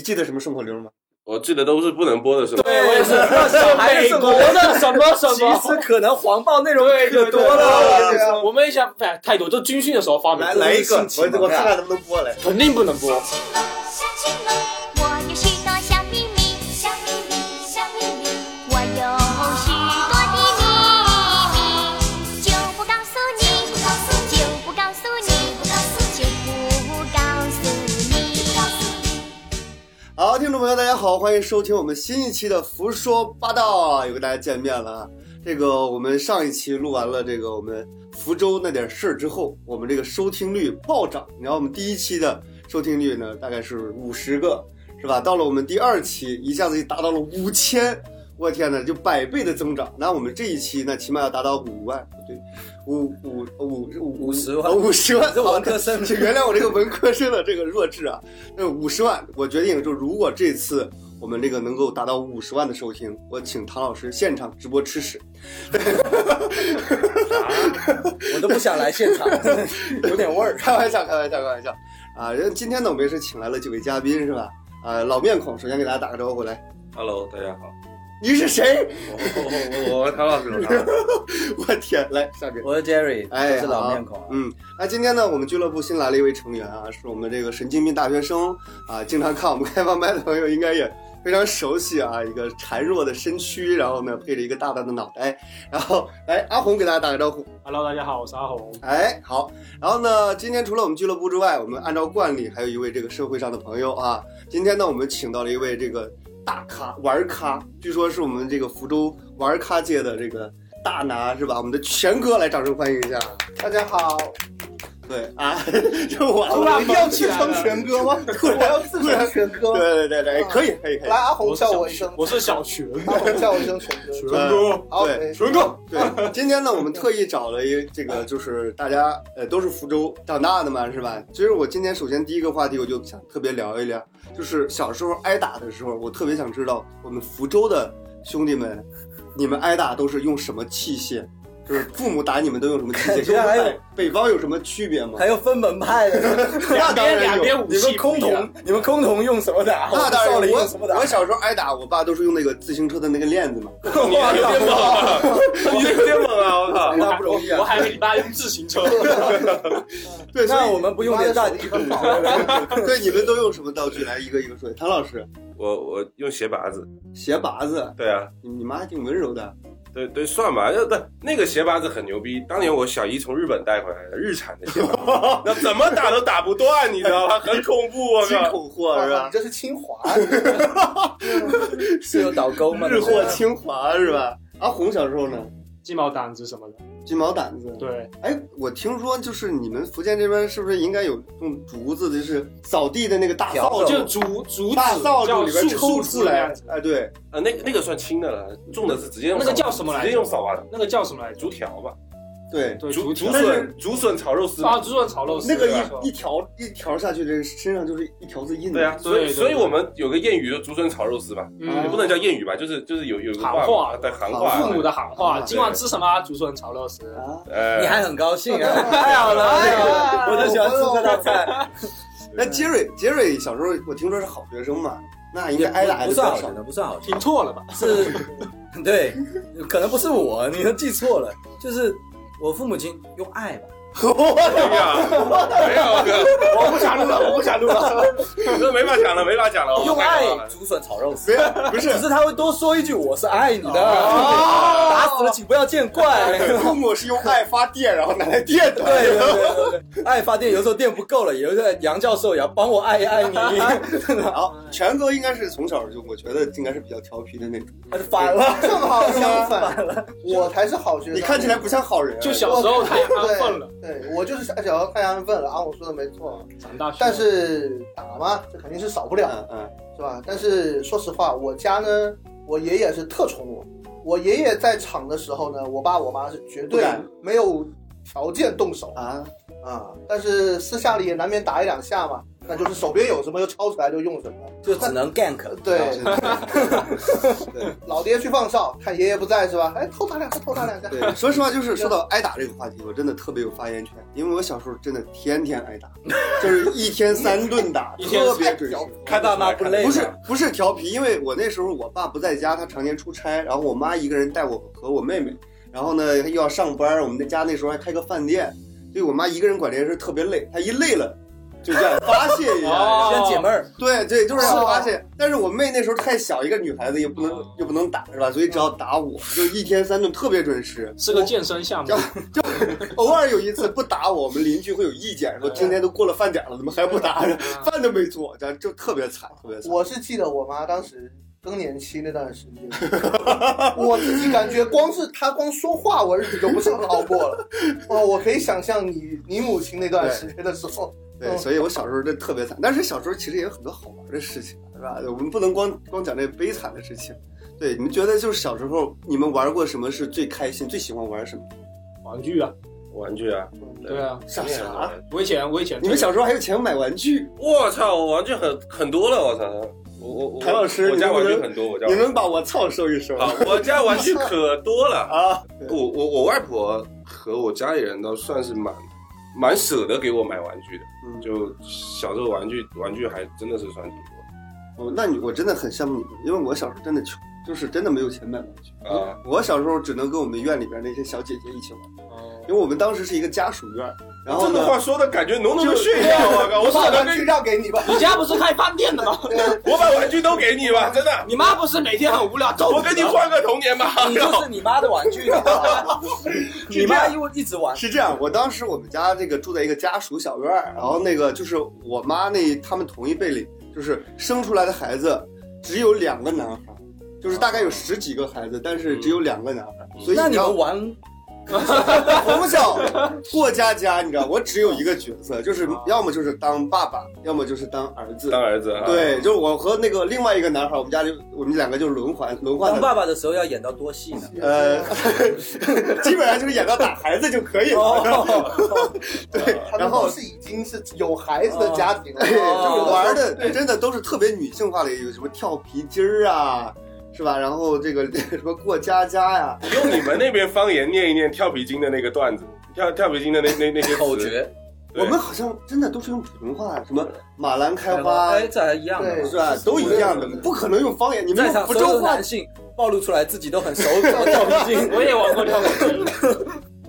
你记得什么顺口溜吗？我记得都是不能播的是吗？对，我也是。那时候还有国的什么什其么，实可能黄暴内容对对可多对了。对对我们一想，哎，太多，这军训的时候发明来的，来一个我我看看能不能播来。肯定不能播。小青龙，我有许多小秘密，小秘密，小秘密，我有许多的秘密，就不告诉你，就不告诉你，就不告诉你，就不告诉你。好，听众朋友，大家好，欢迎收听我们新一期的《胡说八道》，又跟大家见面了啊。这个我们上一期录完了这个我们福州那点事儿之后，我们这个收听率暴涨。然后我们第一期的收听率呢，大概是五十个，是吧？到了我们第二期，一下子就达到了五千，我天呐，就百倍的增长。那我们这一期呢，起码要达到五万，不对，五五五五五十万五十万，这文科生请原谅我这个文科生的这个弱智啊。那五十万，我决定就如果这次我们这个能够达到五十万的收听，我请唐老师现场直播吃屎。我都不想来 现场， 有点味儿。开玩笑，开玩笑，开玩笑啊！人今天呢，我们也是请来了几位嘉宾，是吧？啊，老面孔，首先给大家打个招呼来。 Hello，大家好，你是谁？ 我我我我唐老师， 我唐老师我天，来下边。我是 Jerry，哎，我是老好面孔啊。嗯，那今天呢，我们俱乐部新来了一位成员啊，是我们这个神经病大学生啊，经常看我们开放麦的朋友应该也非常熟悉啊，一个孱弱的身躯，然后呢配着一个大大的脑袋，然后来阿红给大家打个招呼。 Hello，大家好，我是阿红。哎，好。然后呢，今天除了我们俱乐部之外，我们按照惯例还有一位这个社会上的朋友啊。今天呢，我们请到了一位这个大咖玩咖，据说是我们这个福州玩咖界的这个大拿是吧？我们的全哥来掌声欢迎一下，啊大家好。对啊， 就我突然我一定要猛起自来了称全哥 吗？对我要自称全哥。 啊对对对，可以可以可以。来，阿红我是叫小我一声，我是小群，阿红叫我一声全哥。群哥，好，呃对没事群哥，对，今天呢，我们特意找了一这啊个，就是大家呃都是福州长大的嘛，是吧？其实我今天首先第一个话题，我就想特别聊一聊，就是小时候挨打的时候，我特别想知道我们福州的兄弟们，你们挨打都是用什么器械？就是父母打你们都用什么器械？感觉还有跟北方有什么区别吗？还有分门 派的，那当然两有。边武你器们空不一样桶，你们空桶用什么打？ 那当然，少林用什么打我？我小时候挨打，我爸都是用那个自行车的那个链子嘛。你有点猛啊，你有点猛啊，我靠！那不容易啊我还以为你爸用自行 车。 对，所以那我们不用点大妈的鼓手艺啊很对 对你们都用什么道具来一个一个说？谭老师，我我用鞋拔子，鞋拔子，对啊，你你妈还挺温柔的，对对，算吧，要但那个鞋拔子很牛逼，当年我小姨从日本带回来的日产的鞋 拔子，那怎么打都打不断，你知道吗？很恐怖，我进靠！口货是哇你吧？这是清华，是有倒钩吗？日货清华是吧？阿红小时候呢，鸡毛掸子什么的，金毛掸子。对，哎，我听说就是你们福建这边是不是应该有用竹子，就是扫地的那个大笤扫帚就帚，竹竹大子扫帚叫里边树抽出树枝那来样子，哎，对，呃，那个那个算轻的了，重的是直接用那个扫叫什么来着直接用扫把的，那个叫什么来着？竹条吧，对，对，竹竹竹条但是笋竹笋炒肉丝。啊，竹笋炒肉丝，那个没错一一条一条下去，这身上就是一条子印子。对啊，所以对对所以对我们有个谚语，就竹笋炒肉丝吧，也嗯不能叫谚语吧，就是就是有有个行话话嘛，对行父话，母的行话，对今晚吃什么啊？竹笋炒肉丝。啊，呃，你还很高兴 啊？太好了，哎太好了，我就喜欢吃这道菜。那杰瑞杰瑞小时候我听说是好学生嘛，那应该挨打挨不的算好少学。生，不算好学听错了吧？生，是， 对，可能不是我，你都记错了，就是我父母亲用爱吧。哎呀，没有哥，我不 想录了，我不想录了。这没法讲了，没法讲了，哦我用太爱高了竹笋炒肉丝，没有，不是只，是他会多说一句“我是爱你的”，打死了请不要见怪。父母是用爱发电，然后拿来电的。对对对对对，爱发电有时候电不够了，有时候杨教授也要帮我爱一爱你， 好，全哥应该是从小就我觉得应该是比较调皮的那种，反了。正好相反，我才是好学生。你看起来不像好人啊。就小时候太安分了，对，我就是小时候太安分了，阿红说的没错。长大去了但是打嘛，这肯定是少不了，嗯嗯，是吧？但是说实话，我家呢，我爷爷是特宠我。我爷爷在场的时候呢，我爸我妈是绝不对敢没有条件动手。啊，啊，但是私下里也难免打一两下嘛。那就是手边有什么就抄出来就用什么。就只能 gank。对， 对老爹去放哨，看爷爷不在是吧？哎，偷打两下，偷打两下。对，说实话，就是说到挨打这个话题，我真的特别有发言权，因为我小时候真的天天挨打，就是一天三顿 打，一天特别准时。看爸妈不累不是不是调皮，因为我那时候我爸不在家，他常年出差，然后我妈一个人带我和我妹妹，然后呢又要上班，我们在家那时候还开个饭店，所以我妈一个人管这些事儿特别累，她一累了就这样发泄一下。 哦先解闷儿，对对，就是要发泄。但是我妹那时候太小，一个女孩子也不哦能又不能打是吧？所以只要打我，就一天三顿特别准时。是个健身项目叫，偶尔有一次不打我，我们邻居会有意见，嗯说今天都过了饭点了，怎么还不打？饭都没做，这就特别惨，特别惨。我是记得我妈当时更年期那段时间， 我自己感觉光是她光说话，我日子就不是很好 过了。哦，我可以想象你你母亲那段时间的时候，对，所以我小时候真的特别惨。但是小时候其实也有很多好玩的事情，是吧？我们不能光光讲这悲惨的事情。对，你们觉得就是小时候你们玩过什么是最开心、最喜欢玩什么？玩具啊，玩具啊，对啊，啥啥？我以前我以前你们小时候还有钱买玩具？我操，我玩具很很多了，我操，我我我，谭老师我家你能玩不能具很多，我家你玩具能把我操收一收啊，我家玩具可多了 啊？我我我外婆和我家里人都算是蛮蛮舍得给我买玩具的，嗯就小时候玩具玩具还真的是算挺我那你我真的很羡慕你们，因为我小时候真的穷，就是真的没有钱买玩具。多啊。我小时候只能跟我们院里边那些小姐姐一起玩，哦因为我们当时是一个家属院，然后这呢个，话说的感觉浓浓的炫耀啊！ 我我把舍得玩给具让给你吧。你家不是开饭店的吗？我把玩具都给你吧，真的，你妈不是每天很无聊揍我跟你吗换个童年吧。你就是 你妈的玩具，你妈又一直玩。是这样，我当时我们家这个住在一个家属小院儿，然后那个就是我妈那他们同一辈里，就是生出来的孩子只有两个男孩儿，就是大概有十几个孩子，但是只有两个男孩儿，所以嗯那你要 们玩从小过家家，你知道，我只有一个角色，就是啊要么就是当爸爸，要么就是当儿子。当儿子啊，对，就是我和那个另外一个男孩儿，我们家里我们两个就轮换轮换当的，爸爸的时候要演到多细呢？呃， 基本上就是演到打孩子就可以了。哦，对，他然们都后是已经是有孩子的家庭了，就哦玩的真的都是特别女性化的，有什么跳皮筋儿啊，是吧？然后这个什么过家家呀、用你们那边方言念一念跳皮筋的那个段子，跳跳皮筋的那那那些 口词，诀，对我们好像真的都是用普通话，什么马兰开花哎，这还一样的对是吧？都一样的，不可能用方言。你们在用场福所有州的话男性暴露出来自己都很熟怎么跳皮筋，我也玩过跳绳，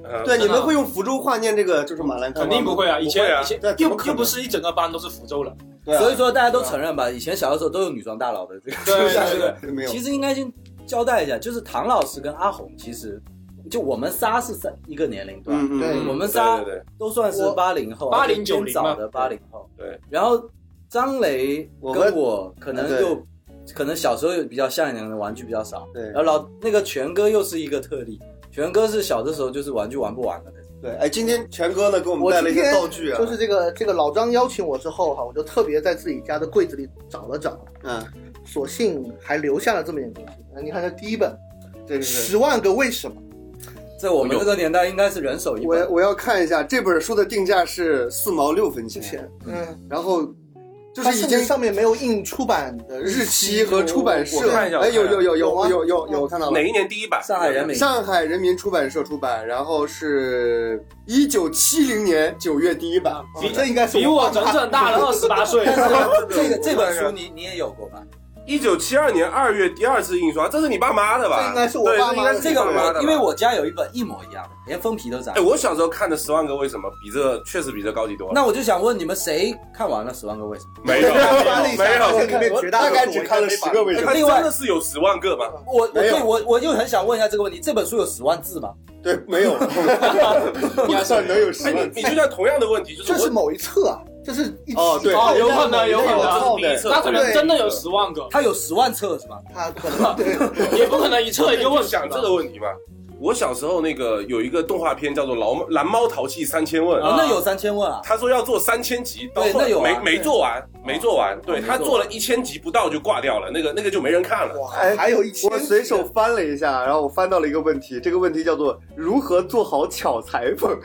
呃对，真你的们会用福州话念这个，就是马兰开花肯吗定不。会啊！以不会前啊以前对怎又么可能又不是一整个班都是福州人，对啊所以说大家都承认吧，以前小的时候都有女装大佬的这个对倾向对对，没有其。实应该先交代一下，就是唐老师跟阿红，其实就我们仨是三一个年龄段，嗯嗯对嗯，我们仨对对都算是我八零后，啊80偏90早嘛的八零后。对，然后张雷我跟们我可能啊对又可能小时候比较像一点的玩具比较少，对然后老那个权哥又是一个特例，权哥是小的时候就是玩具玩不完的那种，对，哎，今天全哥呢给我们我带了今一些天道具啊，就是这个这个老张邀请我之后哈，我就特别在自己家的柜子里找了找，嗯，所幸还留下了这么点东西。呃你看这第一本这《个是。十万个为什么》，在我们有这个年代应该是人手一我本。我要看一下这本书的定价是四毛六分之钱，前，嗯，然后就它是已甚经至上面没有印出版的日期和出版社我看一下，哎，有有有有有吗有有有，我看到对，了哪。一年第一版？上海人民上海人民出版社出版，然后是一九七零年九月第一版。哦这应该是比我整整大了二十八岁。 这个这本书你你也有过吧？一九七二年二月第二次印刷，这是你爸妈的吧？这应该是我爸妈对应该这的是你个爸妈的我吧因为我家有一本一模一样的，连封皮都长哎，。我小时候看的《十万个为什么》比这确实比这高级多了。那我就想问你们谁看完了《十万个为什么没有，没有，里面绝大大多数概只看了十个为哎什它么，另外真的是有十万个吗？》？我我没有对我我又很想问一下这个问题：这本书有十万字吗？对，没有，不可能有十哎，万你。你就像同样的问题，就是这是我某一册啊，这是一哦对哦，有可能，有可我能，操第一册，他可能对真的有十万个，它有十万册是吧？他可能对，也不可能一册一就问想这个问题嘛。我小时候那个有一个动画片叫做《老蓝猫淘气三千问》，啊，那有三千 万啊，他说要做三千集，到对后来那有啊没对没做完，没做完，对没他做做了一千集不到就挂掉了，那个那个就没人看了。哇，还有一千集，哎我随手翻了一下，然后我翻到了一个问题，这个问题叫做如何做好巧裁 缝。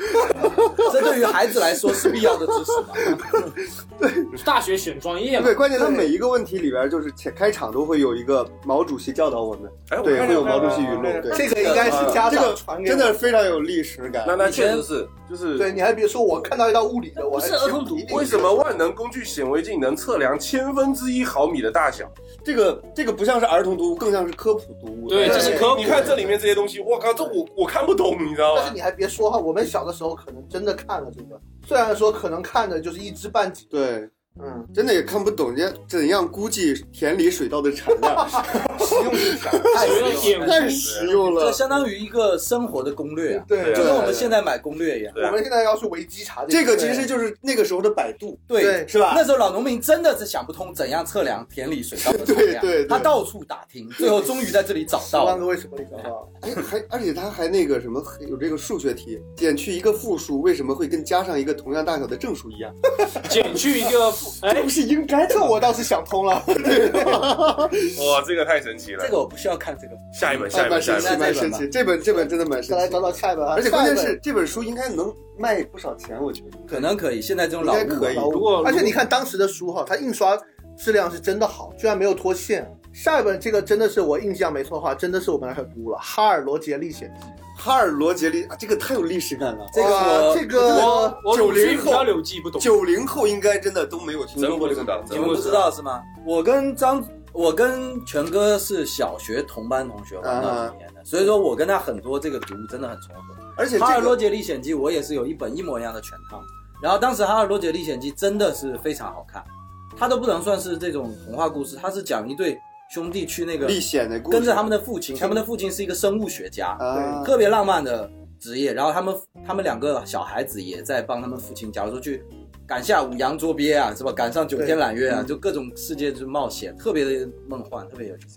这对于孩子来说是必要的知识吧？大学选专业嘛对，，关键他每一个问题里边，就是前开场都会有一个毛主席教导我们，哎，我对，看会见有毛看主席见看语见录，对，这个应该是家长传给真我的。非常有历史感。那那以前确实是，就是对，你还别说，我看到一道物理的，我不还是儿童读物为什么万能工具显微镜能测量千分之一毫米的大小？这个这个不像是儿童读物，更像是科普读物。对这是科普你看这里面这些东西，我靠，这我我看不懂，你知道但是吗？你还别说哈，我们小的时候可能真的看了这个，虽然说可能看的就是一知半解，对，嗯，真的也看不懂人家怎样估计田里水稻的产 量，实用性强。太有有点太实用这了。相当于一个生活的攻略啊，对就对跟我们现在买攻略一样。对我们现在要去维基查这个个其实就是那个时候的百度，对对，是吧？那时候老农民真的是想不通怎样测量田里水稻的产量，对对对他到处打听，最后终于在这里找十到万了。个为什么，你知道吗？哎，还而且他还那个什么有这个数学题，减去一个负数为什么会跟加上一个同样大小的正数一样？减去一个负，哎这，不是应该这的吗？我倒是想通 了。哇，这个太神奇了这。个我不需要看这个，下一本，下哎蛮一本，下神一奇，本。蛮神奇。这本这本真的蛮神再来奇找，找下一本啊，而且关键下一是本，这本书应该能卖不少钱，我觉得可能可以。现在这种应老该物可以啊。如果而且你看当时的书哈，它印刷质量是真的好，居然没有脱线。下一本这个真的是我印象没错的话，真的是我们来读了《哈尔罗杰历险记哈尔罗杰利啊，这个太有历史感了。这》。个哇，我这个我我九零比后较柳记不懂，九零后应该真的都没有听说过这个名字你们不知道是吗？我跟张，我跟全哥是小学同班同学，玩到几年的，所以说我跟他很多这个读物真的很重合。而且《哈这尔罗个杰历险记》我也是有一本一模一样的全套，然后当时《哈尔罗杰历险记》真的是非常好看，它都不能算是这种童话故事，它是讲一对兄弟去那个历险的故事，跟着他们的父亲，听他们的父亲是一个生物学家，啊，特别浪漫的职业。然后他们他们两个小孩子也在帮他们父亲，假如说去赶下五洋捉鳖啊，是吧？赶上九天揽月啊，就各种世界去冒险，特别的梦幻，特别有意思。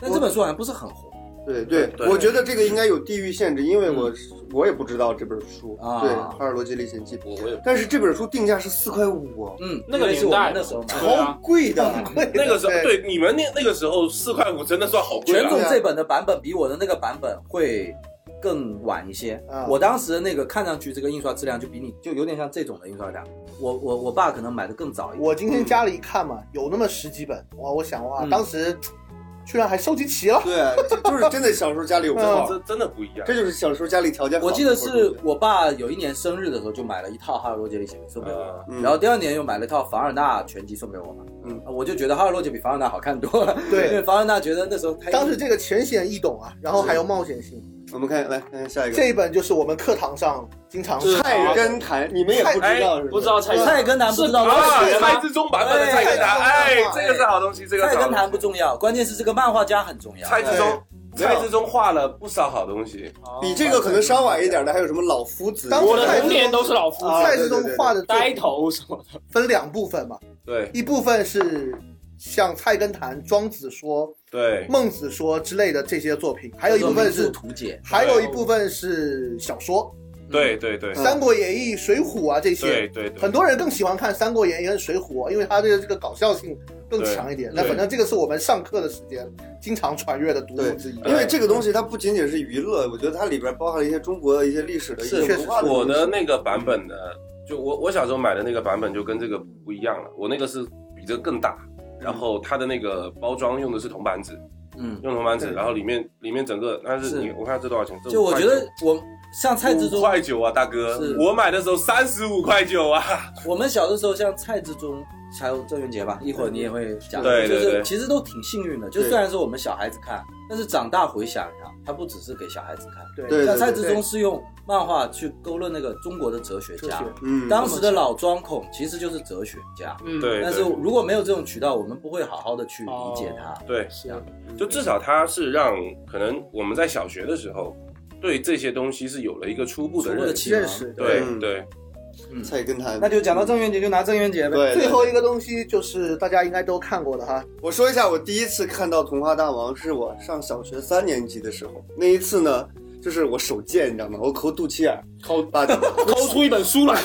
但这本书好像不是很红对对，对我觉得这个应该有地域限制，因为我我也不知道这本书，嗯啊对《哈尔罗杰历险记》，我我也但是这本书定价是四块五哦，嗯，那个因为是我们年代那时候买的。对好啊贵的，那个时候，对对你们那那个时候四块五真的算好贵啊全了总。这本的版本比我的那个版本会更晚一些。啊我当时的那个看上去这个印刷质量就比你就有点像这种的印刷量。我我我爸可能买的更早一点。我今天家里一看嘛，有那么十几本，哇，我想哇嗯，当时居然还收集齐 了。对，这就是真的小时候家里有哇文化，这真的不一样这。就是小时候家里条件好。嗯我记得是我爸有一年生日的时候就买了一套《哈尔罗杰历险记》送给我，呃，嗯然后第二年又买了一套凡尔纳全集送给我嘛。嗯嗯，我就觉得《哈尔罗杰》比凡尔纳好看多了，因为对，凡尔纳觉得那时候太 当时这个浅显易懂啊，然后还有冒险性。我们看来看下一个这一本就是我们课堂上经常是菜根啊谭，你们也不知道是吧哎不知道蔡对菜根谭不知啊道多少，钱蔡吗？之中版本的蔡根谭，哎，这个是好东西，这个菜是好根东西。谭不重要，关键是这个漫画家很重要。蔡之中，对没有蔡之中画了不少好东西。比这个可能稍晚一点的还有什么老夫子？当时我的童年都是老夫啊子、蔡司中画的呆头什么的，分两部分嘛，对一部分是像《菜根谭》《庄子说》对《孟子说》之类的这些作品，还还有一部分是，图解，还有一部分是小说，对对对《三国演义》《水浒》啊这对些。对对，很多人更喜欢看《三国演义》跟《水浒》，因为它的这个搞笑性更强一点。对那对反正这个是我们上课的时间经常穿越的读物对之一。因为这个东西它不仅仅是娱乐，我觉得它里边包含了一些中国的一些历史的一些是确实文化我的的东西那个版本的，就我我小时候买的那个版本就跟这个不一样了，我那个是比这个更大，然后它的那个包装用的是铜板纸，嗯，用铜板纸，对然后里面里面整个，但是是你我看这多少钱？这就我觉得我像蔡之五中，块九啊，大哥是，我买的时候三十五块九 啊，我们小的时候像蔡志忠，还有郑渊洁吧，一会儿你也会讲，对对就是对其实都挺幸运的。就虽然说我们小孩子看，但是长大回想一下，它不只是给小孩子看，对对像蔡志忠是用漫画去勾勒那个中国的哲学哲家学，嗯，当时的老庄孔其实就是哲学家，嗯，对但是如果没有这种渠道，我们不会好好的去理解他。对，是啊，就至少它是让可能我们在小学的时候对这些东西是有了一个初步的初步的认识，启示认识。对嗯对，嗯菜根谭。那就讲到郑渊洁，就拿郑渊洁呗。对，最对后一个东西就是大家应该都看过的哈，我说一下，我第一次看到《童话大王》是我上小学三年级的时候。那一次呢，就是我手贱，你知道吗？我抠肚脐眼儿，抠把把抠出一本书来，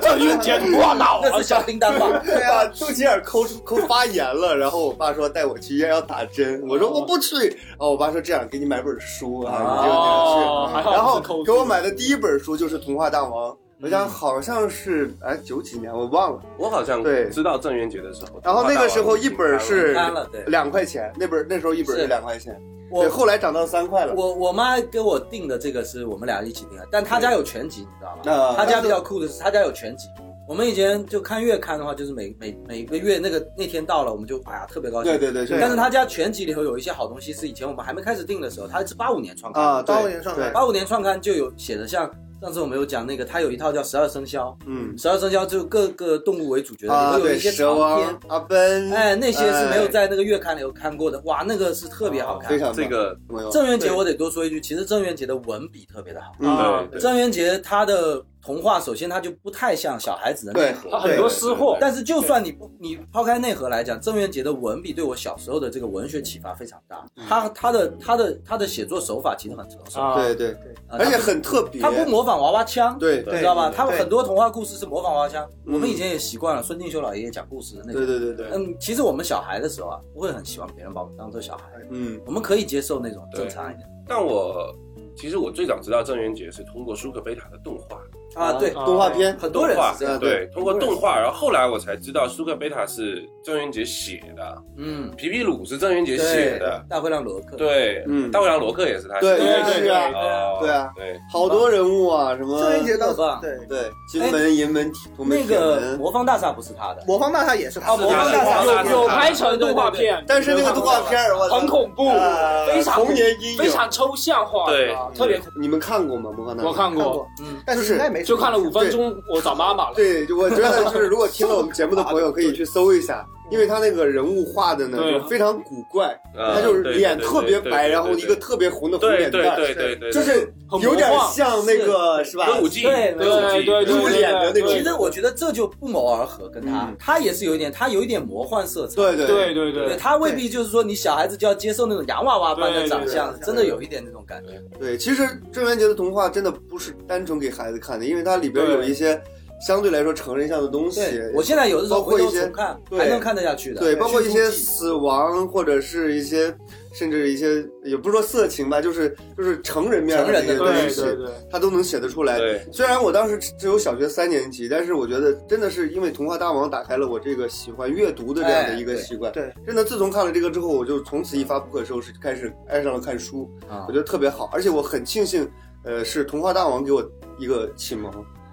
这又简化脑那了是。小叮当 吧？对 啊，肚脐眼儿抠出抠发炎了，然后我爸说带我去医院要打针，我说我不去，然后我爸说这样给你买本书啊，你这个这个去。嗯哦，还好然不是抠后出给我买的第一本书就是《童话大王》，我想好像是哎九几年我忘了。我好像对知道郑渊洁的时候，然后那个时候一本是干了，对。两块钱，那本那时候一本是是两块钱，对，我后来涨到三块了。我我妈给我订的这个是我们俩一起订的，但她家有全集，你知道吗？那她家比较酷的是，她家有全集。我们以前就看月刊的话，就是每每每个月那个那天到了，我们就哎呀特别高兴。对对对，但是他她家全集里头有一些好东西，是以前我们还没开始订的时候，她是八五年创刊，啊，八五对年上对海，，八五年创刊就有写的像上次我们有讲那个，她有一套叫《十二生肖嗯》，十二生肖就各个动物为主角的，啊，里头有对，一些蛇长王篇，阿奔，哎，那些是没有哎哦在那个月刊里头看过的，哇，那个是特别好看非。常棒这个没有郑渊洁，我得多说一句，其实郑渊洁的文笔特别的好。嗯，啊对对郑渊洁他的童话，首先他就不太像小孩子的内他核，很多私货，但是就算你不你抛开内核来讲，郑渊洁的文笔对我小时候的这个文学启发非常大。嗯他他的他的他的写作手法其实很成熟，啊，对对，呃而且很特别，他不模仿娃娃腔，对你对知道吧？对他对很多童话故事是模仿娃娃腔，嗯我们以前也习惯了孙敬修老爷爷讲故事的那对种。对对对，嗯，其实我们小孩的时候啊，不会很希望别人把我们当做小孩，嗯我们可以接受那种对正常一点但我其实我最早知道郑渊洁是通过舒克贝塔的动画，啊。对，啊动画片，很多动人画是这样，啊对对，通过动画，然后后来我才知道舒克贝塔是郑渊洁写的，嗯。皮皮鲁是郑渊洁对写的，大灰狼罗克。，对，嗯大，灰狼罗克也是他写对的，对是啊对哦对啊对，好多人物啊，什么郑渊洁当特棒时对对，金门、银门、铜门、那铁个门，魔方大厦不是他的，魔方大厦也是他啊魔方大厦有有拍成动画片，但是那个动画片儿，我操很恐怖，呃非常童年阴影，非常抽象化，对啊特别恐你们看过吗？魔幻大怖。我看看过，过，嗯，但是应该没什就么看了五分钟，我找妈妈了。对，我觉得就是如果听了我们节目的朋友可以去搜一下，因为他那个人物画的呢对就非常古怪，呃他就是对脸对特别对白，对然后对一个特别红的红对脸对蛋儿，对对对，就是很有魔点幻像那个是吧？歌舞伎，对歌舞伎对对对入脸的那种其实我觉得这就不谋而合，跟他嗯，他也是有一点，他有一点魔幻色彩。对对对对对，他未必就是说你小孩子就要接受那种洋娃娃般的长相对对，对真的有一点那种感觉。对，其实郑渊洁的童话真的不是单纯给孩子看的，因为它里边有一些相对来说成人向的东西，对我现在有的时候包括回一头些重看，对还能看得下去的。对，包括一些去注记死亡或者是一些，甚至一些也不是说色情吧，就是就是成人面成的人那些对的东东对西，对对，他都能写得出来。对，虽然我当时只有小学三年级，但是我觉得真的是因为《童话大王》打开了我这个喜欢阅读的这样的一个哎对习惯。对，真的自从看了这个之后，我就从此一发不可收拾，开始爱上了看书。啊我觉得特别好，而且我很庆幸，呃，是《童话大王》给我一个启蒙，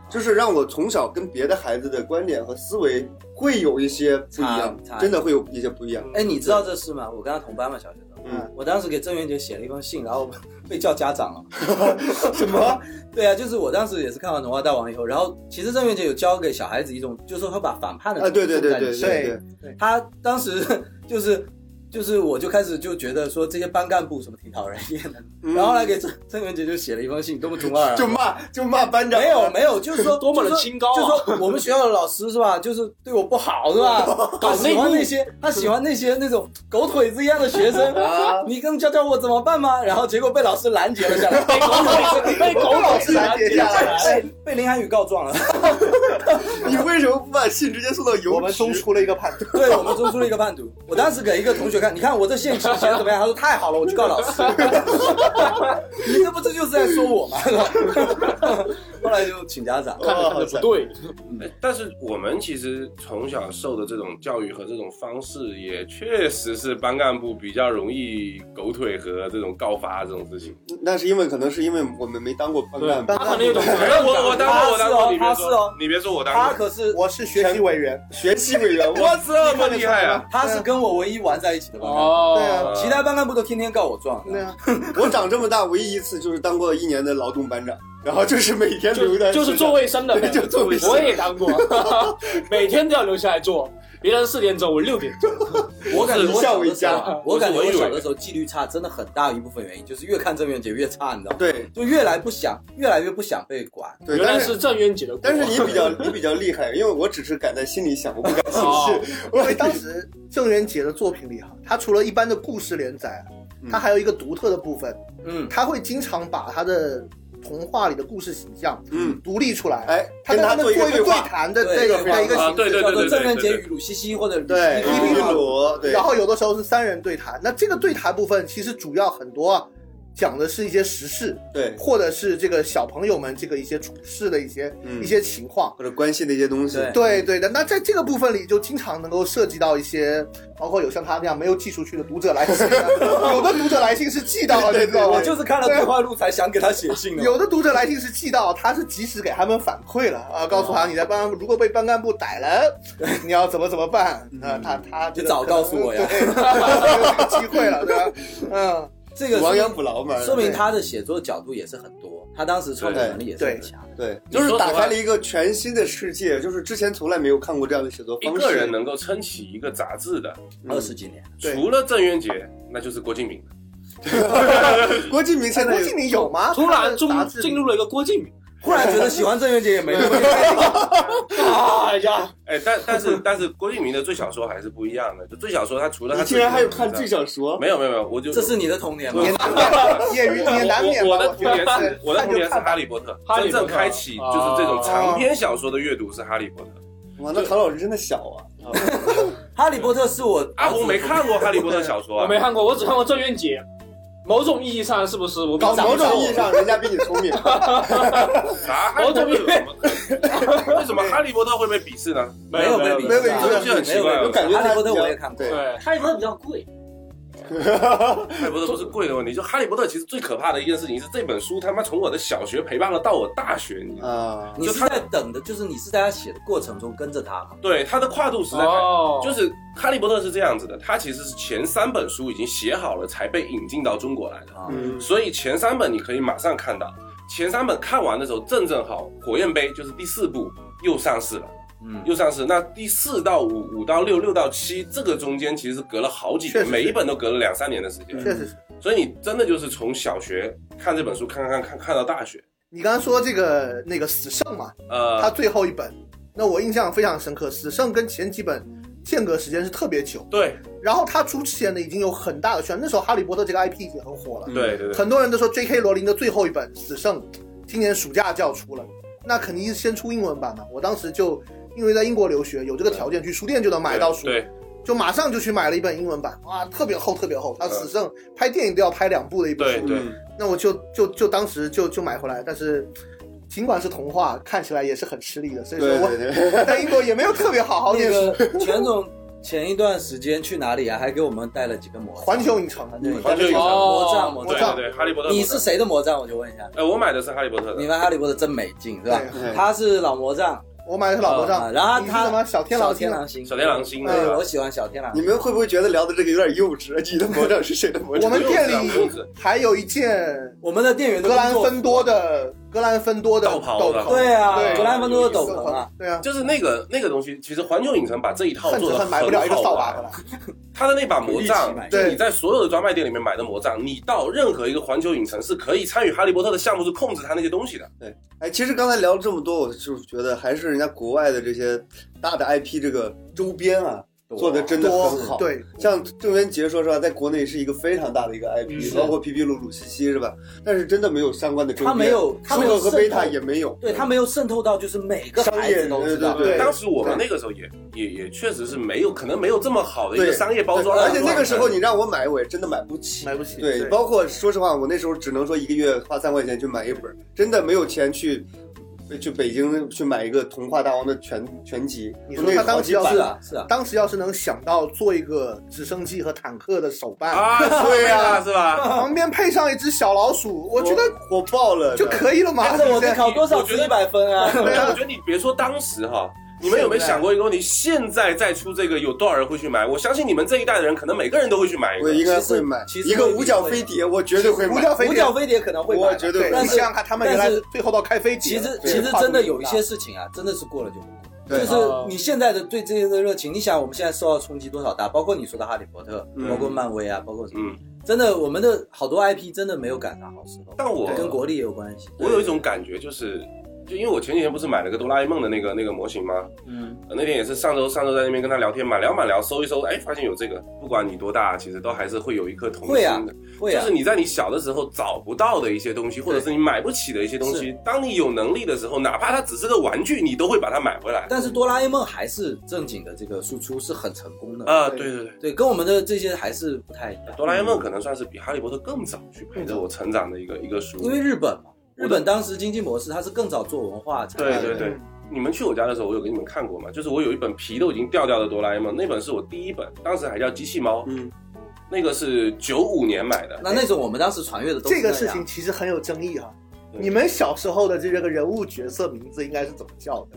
就是让我从小跟别的孩子的观点和思维会有一些不一样差差，异真的会有一些不一样。哎，你知道这事吗？我跟他同班嘛，小学的时候。嗯我当时给郑渊洁写了一封信，然后 被叫家长了。 什么？对啊，就是我当时也是看完《童话大王》以后，然后其实郑渊洁有教给小孩子一种，就是说他把反叛的啊，对对对东对西种在里面对，他当时 就是就是我就开始就觉得说这些班干部什么挺讨人厌的，嗯然后来给郑郑渊洁就写了一封信，多么中二啊！就骂就骂班长，没有没有，就是说多么的 就是说清高啊就是说我们学校的老师是吧，就是对我不好是 吧？他喜欢那些他喜欢那些那种狗腿子一样的学 生啊，你跟教教我怎么办吗？然后结果被老师拦截了下来， 被狗腿被狗老腿师拦截下来了。被被林涵宇告状了。 你为什么不把信直接送到邮局？我们中出了一个叛徒，对我们中出了一个叛徒。我当时给一个同学看，你看我这现写的怎么样？他说太好了，我去告老师。 你这不这就是在说我吗？ 后来就请家长。看着哦看着不对，哎但是我们其实从小受的这种教育和这种方式，也确实是班干部比较容易狗腿和这种告发这种 事情。那是因为可能是因为我们没当过班干他部，可能有种责哎任我我感。当过，我当过，你别他是哦说，你别说我他当过，可是我是学习委员，学习委员，我我哦这么厉害啊！呃他是跟我唯一玩在一起的班干对啊哦，部，其他班干部都天天告我状。对啊，我长这么大唯一一次就是当过一年的劳动班长，然后就是每天留在就就是做卫生的对，就做卫生我也当过，每天都要留下来做。别人四点走，我六点走。我感觉我小的时候啊，我是我感觉我以我为小的时候纪律差真的很大一部分原因就是越看郑渊洁越差，你知道吗？对就越来不想，越来越不想被管。对，原但来是是郑渊洁的锅。但是你比较你比较厉害，因为我只是敢在心里想，我不敢行哦事。 因为当时郑渊洁的作品里哈，他除了一般的故事连载，嗯它还有一个独特的部分，嗯，它会经常把它的童话里的故事形象嗯，独立出 来，哎，它跟跟他他做们一做个一个对话，谈的对这个对的一个啊形对对叫对做对郑对渊洁对与鲁西西或者鲁对，西西一皮比皮一嘛鲁，对，然后有的时候是三人对谈。那这个对谈部分其实主要很多啊，讲的是一些时事，对，或者是这个小朋友们这个一些处事的一些、嗯一些情况。或者关系的一些东西，对对对的，那在这个部分里就经常能够涉及到一些，包括有像他那样没有寄出去的读者来信啊，有的读者来信是寄到了，你知道吗我？就是看了对话录才想给他写信的。有的读者来信是寄到，他是及时给他们反馈了啊，告诉他你在班干部如果被班干部逮了，你要怎么怎么办啊？他他你早告诉我呀对，没有这个机会了，对吧？嗯，这个亡说羊明补牢嘛，说明他的写作角度也是很多，他当时创作能力也是很强。对，你就是说打实开话了一个全新的世界，就是之前从来没有看过这样的写作一方式。个人能够撑起一个杂志的，嗯二十几年，对除了郑渊洁，那就是郭敬明。嗯郭敬明哎现在郭敬明有吗？啊突他然的中杂志进入了一个郭敬明，忽然觉得喜欢郑渊洁也没那么简单。哎呀，哎，但但是但是郭敬明的最小说还是不一样的。就最小说他除了他你自竟己的然还有文章看最小说？没有没有没有，我就这是你的童年吗我？业余也难免吧我我的童觉年得是我的童年是哈利波特，哈真利波正特开启就是这种长篇小说的阅读是哈利波特。哇，那唐老师真的小啊！哈利波特是我阿红没看过哈利波特小说我啊，没看过，我只看过郑渊洁。某种意义上是不是我比搞长某得种高意义，上，人家比你聪明。啊啥？哈利波特有什么？为什么哈利波特会被鄙视呢？没有被有比没有被啊这个就很奇怪了没有我感觉哈利他波特比较我也看过，对对，哈利波特比较贵，哈利波特不是贵的问题，就哈利波特其实最可怕的一件事情是这本书他妈从我的小学陪伴了到我大学，你知道吗啊，你是就他在等的，就是你是在他写的过程中跟着他嘛。对它的跨度实在太哦就是《哈利波特》是这样子的，它其实是前三本书已经写好了，才被引进到中国来的，啊，哦嗯，所以前三本你可以马上看到。前三本看完的时候，正正好《火焰杯》就是第四部又上市了，嗯，又上市。那第四到五、五到六、六到七，这个中间其实隔了好几确年，实每一本都隔了两三年的时间。确实是。所以你真的就是从小学看这本书，看看看看看到大学。你刚刚说这个那个死圣嘛，他呃，最后一本，那我印象非常深刻，死圣跟前几本间隔时间是特别久。对然后他出之前呢，已经有很大的宣，那时候《哈利波特》这个 IP 已经很火了，对对对，很多人都说 J.K. 罗琳的最后一本《死圣》，今年暑假就要出了，那肯定是先出英文版嘛。我当时就因为在英国留学，有这个条件，去书店就能买到书，对，就马上就去买了一本英文版，哇，特别厚，特别厚。他《死圣》拍电影都要拍两部的一本对书，对嗯那我就就就当时就就买回来，但是。尽管是童话，看起来也是很吃力的，所以说对我对 对，在英国也没有特别好好那念书。个 全总前一段时间去哪里啊？还给我们带了几个魔杖环球影城，啊对环球影哦城魔哦杖魔对杖对，对，哈利波特。你是？谁的魔杖？我就问一下。呃，我买的是哈利波特的。你们哈利波特真没劲是吧？对他是老魔杖，我买的是老魔啊杖，然后你是他什么小天狼小星天啊狼星，小天狼星对，的，我喜欢小天狼你星。们会不会觉得聊的这个有点幼稚？你的魔杖是谁的魔 我杖？们店不用这里样还有一件我们的店员都格兰工作芬多的格兰芬多的斗篷斗的篷，对啊对，格兰芬多的斗斗篷啊，，对啊，就是那个那个东西，其实环球影城把这一套恨做只的恨买不了一个扫把回玩。来。他的那把魔杖，可以一起买就对你在所有的专卖店里面买的魔杖，你到任何一个环球影城是可以参与哈利波特的项目，是控制他那些东西的。哎，其实刚才聊了这么多，我就是觉得还是人家国外的这些大的 IP 这个周边啊，做的真的多很好。，对，像郑渊洁说实话，在国内是一个非常大的一个 IP，、嗯包括皮皮鲁鲁西西是吧？但是真的没有相关的周边，他没有他没有舒克和贝塔渗透也没有，对他没有渗透到，就是每个商孩业子都知道对。对当时我们那个时候也也也确实是没有，可能没有这么好的一对个商业包装。啊而啊且那个时候你让我买，我也真的买不起。买不起。对，包括说实话，我那时候只能说一个月花三块钱去买一本，真的没有钱去去北京去买一个《童话大王》的全全集。你说那他个好当几时要版是啊，是啊，当时要是能想到做一个直升机和坦克的手办， 啊，对呀，是吧？旁边配上一只小老鼠，我觉得火爆了，就可以了嘛。但哎是我对得考多少我觉次得一百分啊？ 对啊，我觉得你别说当时哈，你们有没有想过一个问题？现在再出这个，有多少人会去买？我相信你们这一代的人，可能每个人都会去买一我个。应该其实会买其实一个会五角飞碟，我绝对会买。五角飞五碟角，飞碟可能会买我绝对对会但你是买。想想看，他们原来但是最后到开飞机其了，实对其实跨度真的很有一大些事情啊，真的是过了就不过。对就是你现在的对这些的热情，你想我们现在受到冲击多少大？包括你说的《哈利波特》，嗯包括漫威啊，包括什么？嗯，真的，我们的好多 IP 真的没有赶上好时候，但我跟国力也有关系。我有一种感觉，就是就因为我前几天不是买了个哆啦 A 梦的那个那个模型吗？嗯，呃那天也是上周上周在那边跟他聊天嘛，聊嘛聊，搜一搜，哎，发现有这个，不管你多大，其实都还是会有一颗童心会啊的，会就啊是，你在你小的时候找不到的一些东西，或者是你买不起的一些东西，当你有能力的时候，哪怕它只是个玩具，你都会把它买回来。但是哆啦 A 梦还是正经的这个输出是很成功的，啊、对对对，对，跟我们的这些还是不太一样。哆啦 A 梦可能算是比哈利波特更早去陪着我成长的一个一个书，因为日本嘛，日本当时经济模式它是更早做文化产对业，对对，你们去我家的时候，我有给你们看过嘛？就是我有一本皮都已经掉掉的哆啦 A 梦，那本是我第一本，当时还叫机器猫，嗯，那个是九五年买的，那那种我们当时传阅的都是这个那事样情其实很有争议哈、对你们小时候的这个人物角色名字应该是怎么叫的？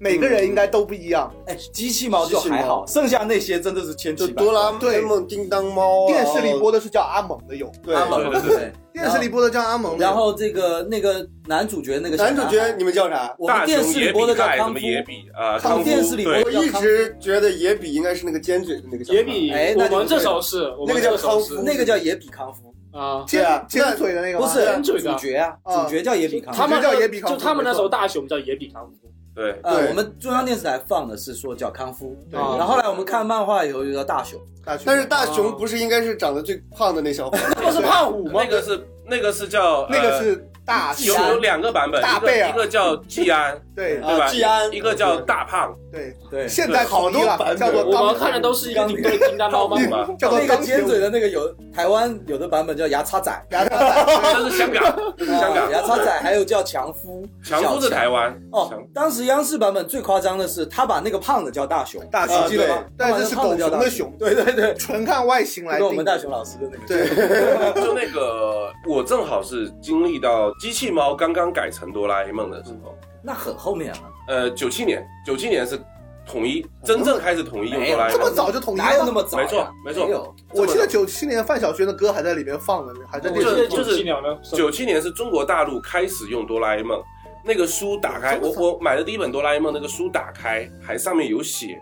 每个人应该都不一样。哎，机器猫就还好，剩下那些真的是千就奇百哆怪。啦 A 对梦、叮当哦猫啊，电视里播的是叫阿蒙的有，对阿蒙对对对，电视里播的叫阿蒙的有。然后这个那个男主角那个小男主孩角，你们叫啥？我大们电雄视野里播比的叫盖什康么夫，野比啊，康康夫电视里播对我一直觉得野比应该是那个尖嘴的那个小孩。野比哎，那我就们对这了首是，我那们个叫这首康是夫那个叫野比康夫，啊，对啊尖尖那嘴的那个不吗是男主角主角啊，啊主角叫野比康夫。他们叫那野比康夫就他们那没错时候大学我们叫野比康夫，对呃对，我们中央电视台放的是说叫康夫，啊对然后后来我们看漫画以后就叫大雄，大熊但是大雄不是应该是长得最胖的那小伙吗？那不是胖虎吗那？个是那个是叫那个呃是大有有山，两个版本，大一贝个尔一个叫季安，对对吧？啊季安一个叫大胖，对，对，现在好统一了多版本叫做我钢们看的都是一个顶对金刚猫吗？胖吧，叫做那个钢铁尖舞嘴的那个有台湾有的版本叫牙叉仔，牙刷仔这是香港，这是香啊牙港，叉仔还有叫强夫，强夫是小强台湾，哦强，当时央视版本最夸张的是，他把那个胖的叫大熊，大熊你记得吗对？他把但是是那个胖的狗叫熊大的熊，熊，对对对，纯看外形来跟我定们大熊的。老师的那个。对，就那个我正好是经历到机器猫刚刚改成哆啦 A 梦的时候，那很后面啊了，呃，九七年，九七年是统一真正开始统一用哆啦 A 这梦，么早就统一哪有了那吗？么早呀？没错没错没有。我记得九七年范晓萱的歌还在里面放呢，还在哦我电记视这得里就九是七年呢，是九七年是中国大陆开始用哆啦 A 梦，那个书打开，我我买的第一本哆啦 A 梦，那个书打开还上面有写，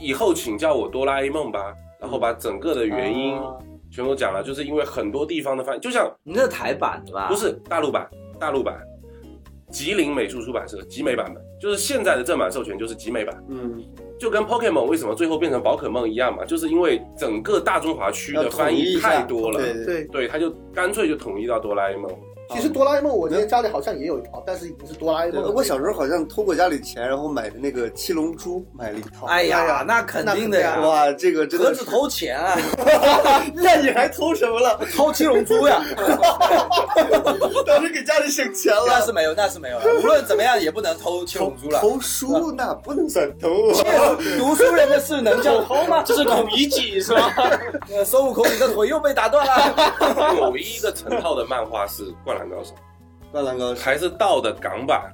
以后请叫我哆啦 A 梦吧，然后把整个的原因啊全都讲了，就是因为很多地方的翻译，就像你那是台版的吧？不，是大陆版，大陆版。吉林美术出版社集美版本，就是现在的正版授权就是集美版，嗯，就跟 Pokemon 为什么最后变成宝可梦一样嘛，就是因为整个大中华区要的统翻一译一下太多了，对对对，对，对，他就干脆就统一到哆啦 A 梦。哦其实哆啦 A 梦我嗯今天家里好像也有一套，但是已经是哆啦 A 梦了。我小时候好像偷过家里钱，然后买的那个七龙珠，买了一套。哎哎呀呀，那肯定的那肯定呀。啊哇，这个真何的是，止偷钱啊， 那你还偷什么了？ 偷七龙珠呀！当时给家里省钱那了。是没有，那是没有了。无论怎么样，也不能偷七龙 珠了。偷书那不能算偷啊！读书人的事能叫偷吗？这是孔乙己是吧？呃孙悟空，你的腿又被打断了。我唯一一个成套的漫画是《灌篮高手灌篮高》，手，还是盗的港版。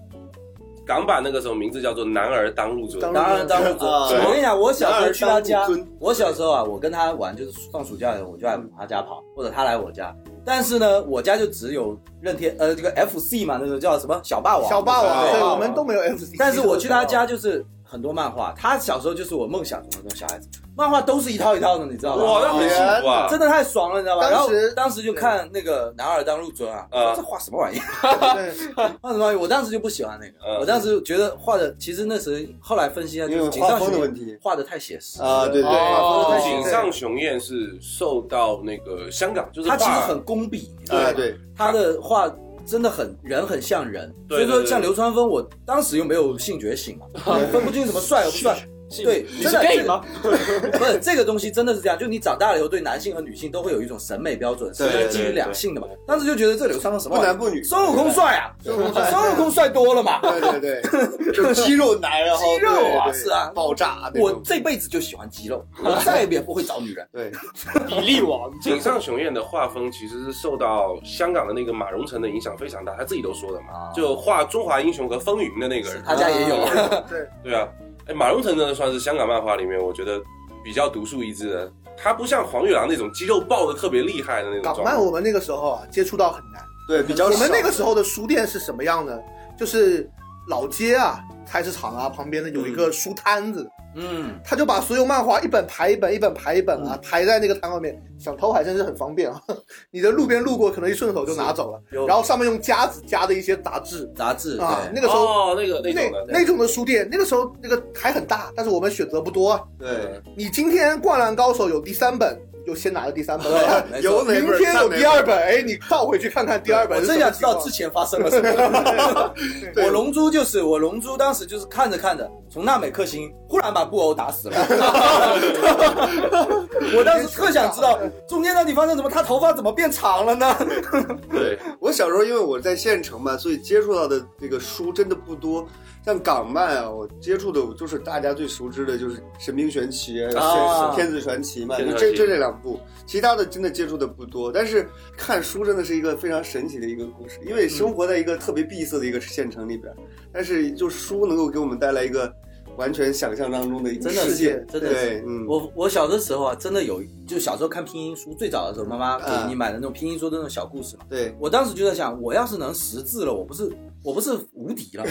港版那个时候名字叫做《男儿当入樽》，当入当然，当然，啊我跟你讲，我小时候去他家男儿当入樽，我小时候啊，我跟他玩，就是放暑假的时候，我就来往他家跑，或者他来我家。但是呢，我家就只有任天，呃，这个 FC 嘛，那时候叫什么小霸王，小霸王，小啊对霸王我们都没有 FC。但是我去他家就是很多漫画，他小时候就是我梦想中的那种小孩子，漫画都是一套一套的，你知道哇，吗？那很幸福啊！真的太爽了，你知道吧？然当后时当时就看那个《男儿当入樽》啊，嗯这画什么玩意儿？ 对，画什么玩意儿？我当时就不喜欢那个，嗯我当时觉得画的，其实那时候后来分析一下，就是井上因为画风的雄问题彦画的太写实啊，对对哦对，井上雄彦是受到那个香港，就是他其实画很工笔，你知道吗啊对，他的画真的很人很像人，所对以说对对像流川枫，我当时又没有性觉醒嘛，分不清什么帅和不帅。对，你真是的 gay 吗？？ 这个不是这个东西真的是这样，就你长大了以后对男性和女性都会有一种审美标准，对是基于对两性的嘛。当时就觉得这流川枫什么不玩意男儿，不女，孙悟空帅啊，孙悟空帅孙悟空帅多了 嘛。对对对，就肌肉男，然后 肌肉啊对对是啊爆炸那我种，这辈子就喜欢肌肉，我再也不会找女人。对，比利王，井上雄彦的画风其实是受到香港的那个马荣成的影响非常大，他自己都说的嘛啊，就画《中华英雄》和《风云》的那个人，他家也有，对啊，哎，马荣成真的算是香港漫画里面我觉得比较独树一帜的。他不像黄玉郎那种肌肉爆的特别厉害的那种港状漫态。我们那个时候啊接触到很难。哦对比较我少。们那个时候的书店是什么样呢？就是老街啊，菜市场啊旁边的有一个书摊子，嗯，他就把所有漫画一本排一本，一本排一本啊，排在那个摊外面，想偷还真是很方便啊。 你在路边路过，可能一顺手就拿走了有，然后上面用夹子夹的一些杂志杂志啊，对那个时候。哦，那个那那种的，那种的书店，那个时候那个还很大，但是我们选择不多啊。对，你今天《灌篮高手》有第三本，就先拿了第三本，没错有哪 明本天有看哪第二本，哎，你倒回去看看第二本我是什真想么知情况。道之前发生了什么。我龙珠就是我龙珠，当时就是看着看着，从纳美克星忽然把布欧打 死了。我当时特想知道 中间到底发生什么，他头发怎么变长了呢？对，我小时候因为我在县城嘛，所以接触到的这个书真的不多。像港漫啊，我接触的就是大家最熟知的就是《神兵玄奇》啊《天子传奇》嘛，天就子传这奇这这两部，其他的真的接触的不多。但是看书真的是一个非常神奇的一个故事，因嗯为生活在一个特别闭塞的一个县城里边，但是就书能够给我们带来一个完全想象当中的一个真的是世界，真的是对，嗯， 我我小的时候啊，真的有，就小时候看拼音书，最早的时候，妈妈给你买的那种拼音书的那种小故事嘛。对，我当时就在想，我要是能识字了，我不是我不是无敌了，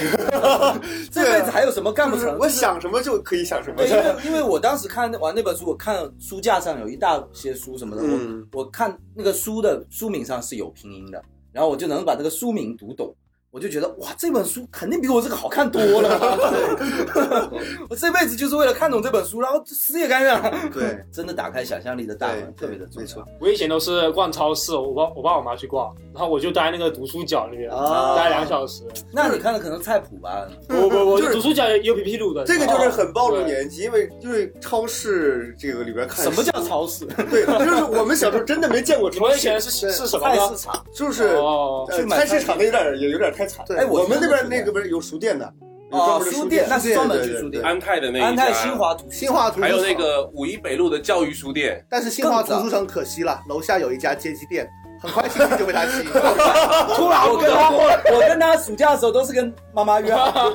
这辈子还有什么干不就是成？我想什么就可以想什么 对，。因为因为我当时看完那本书，我看书架上有一大些书什么的，嗯我我看那个书的书名上是有拼音的，然后我就能把这个书名读懂，我就觉得哇，这本书肯定比我这个好看多 了。我这辈子就是为了看懂这本书，然后死也甘愿了。 对，真的打开想象力的大对门，，特别的重没错要。。我以前都是逛超市，我爸我爸我妈去逛，然后我就待那个读书角里面，啊待两小时。那你看的可能菜谱吧？不不不，就是读书角也有皮皮鲁的，啊这个就是很暴露对年纪，因为就是超市这个里边看什书么叫超市？ 对，就是我们小时候真的没见 过你超们以市前，是是什么菜呢市？场？就是哦，呃去买菜菜市场的有点也有点太惨。对哎，我们那边真的那是个不是有书店的，有专哦，门的书店店，那是专门对去对书对店。安泰的那一家，安泰新，华图新华图书还城有那，个五一北路的教育书店，但是新华图书城可惜了，楼下有一家街机店，很快心情就被他吸引了。突然我跟他，我跟他暑假的时候都是跟妈妈约 好，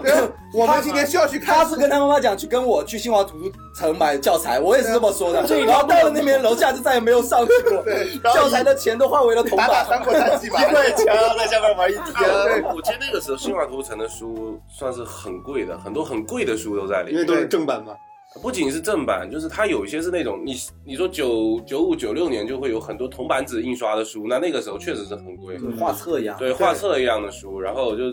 我们今天需要去看他是跟他妈妈讲去跟我去新华图书城买教材，我也是这么说的。啊这一然条后路到了那边楼下就再也没有上去 过，教材的钱都化为了铜 打打板。三国战记吧，一块钱啊 在下面玩一天，我记得那个时候新华图书城的书算是很贵的，很多很贵的书都在里因为面。都是正版嘛。不仅是正版，就是它有一些是那种你你说九九五九六年就会有很多铜板纸印刷的书，那那个时候确实是很贵，跟画册一样，对画册一样的书，然后我就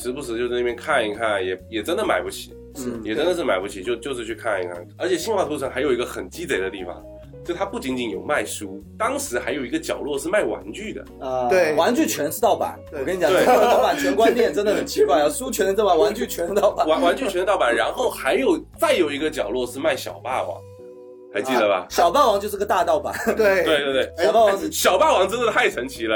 时不时就在那边看一看，也也真的买不起，嗯也真的是买不起，就就是去看一看。而且新华图书城还有一个很鸡贼的地方，就它不仅仅有卖书，当时还有一个角落是卖玩具的，啊，对玩具全是盗版。对我跟你讲，对中国人盗版全观念真的很奇怪啊，书全是盗版，玩具全是盗 版。玩玩具全是盗版，然后还有再有一个角落是卖小霸王，还记得吧？小霸王就是个大盗版，啊对对，对对，小霸王哎是小霸王真的太神奇了，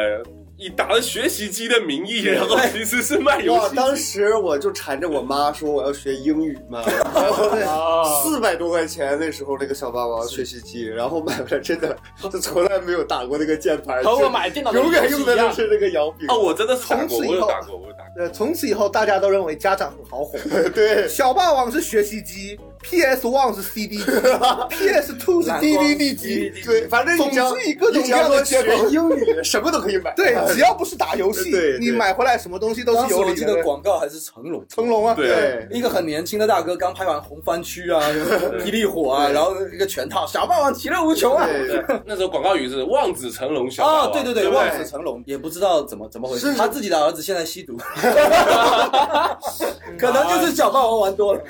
以打着学习机的名义，然后其实是卖游哇，戏。当时我就缠着我妈说我要学英语嘛，然后啊，四百多块钱那时候那个小霸王学习机，然后买回来真的就从来没有打过那个键盘，和我就买电脑永远用的都的是那个摇柄。哦，我真的是打过，从此以我有后打过，我有打过。呃，从此以后大家都认为家长很好哄。 对，小霸王是学习机，PS One 是 CD 机，PS Two 是蓝光 DVD 机，对，反正你只要总之以各种各样的你只要借学口 英语，什么都可以买。 对，只要不是打游戏对对，你买回来什么东西都当是时有我理记的得。广告还是成龙，成龙啊，对对，一个很年轻的大哥刚拍完《红番区》 啊，什么霹雳火》啊，然后一个全套小霸王其乐无穷啊。 对，对， 那时候广告语是望子成龙小霸王。哦，对对对对，不望子成龙，也不知道怎么怎么回事，是他自己的儿子现在吸毒，可能就是小霸王玩多了。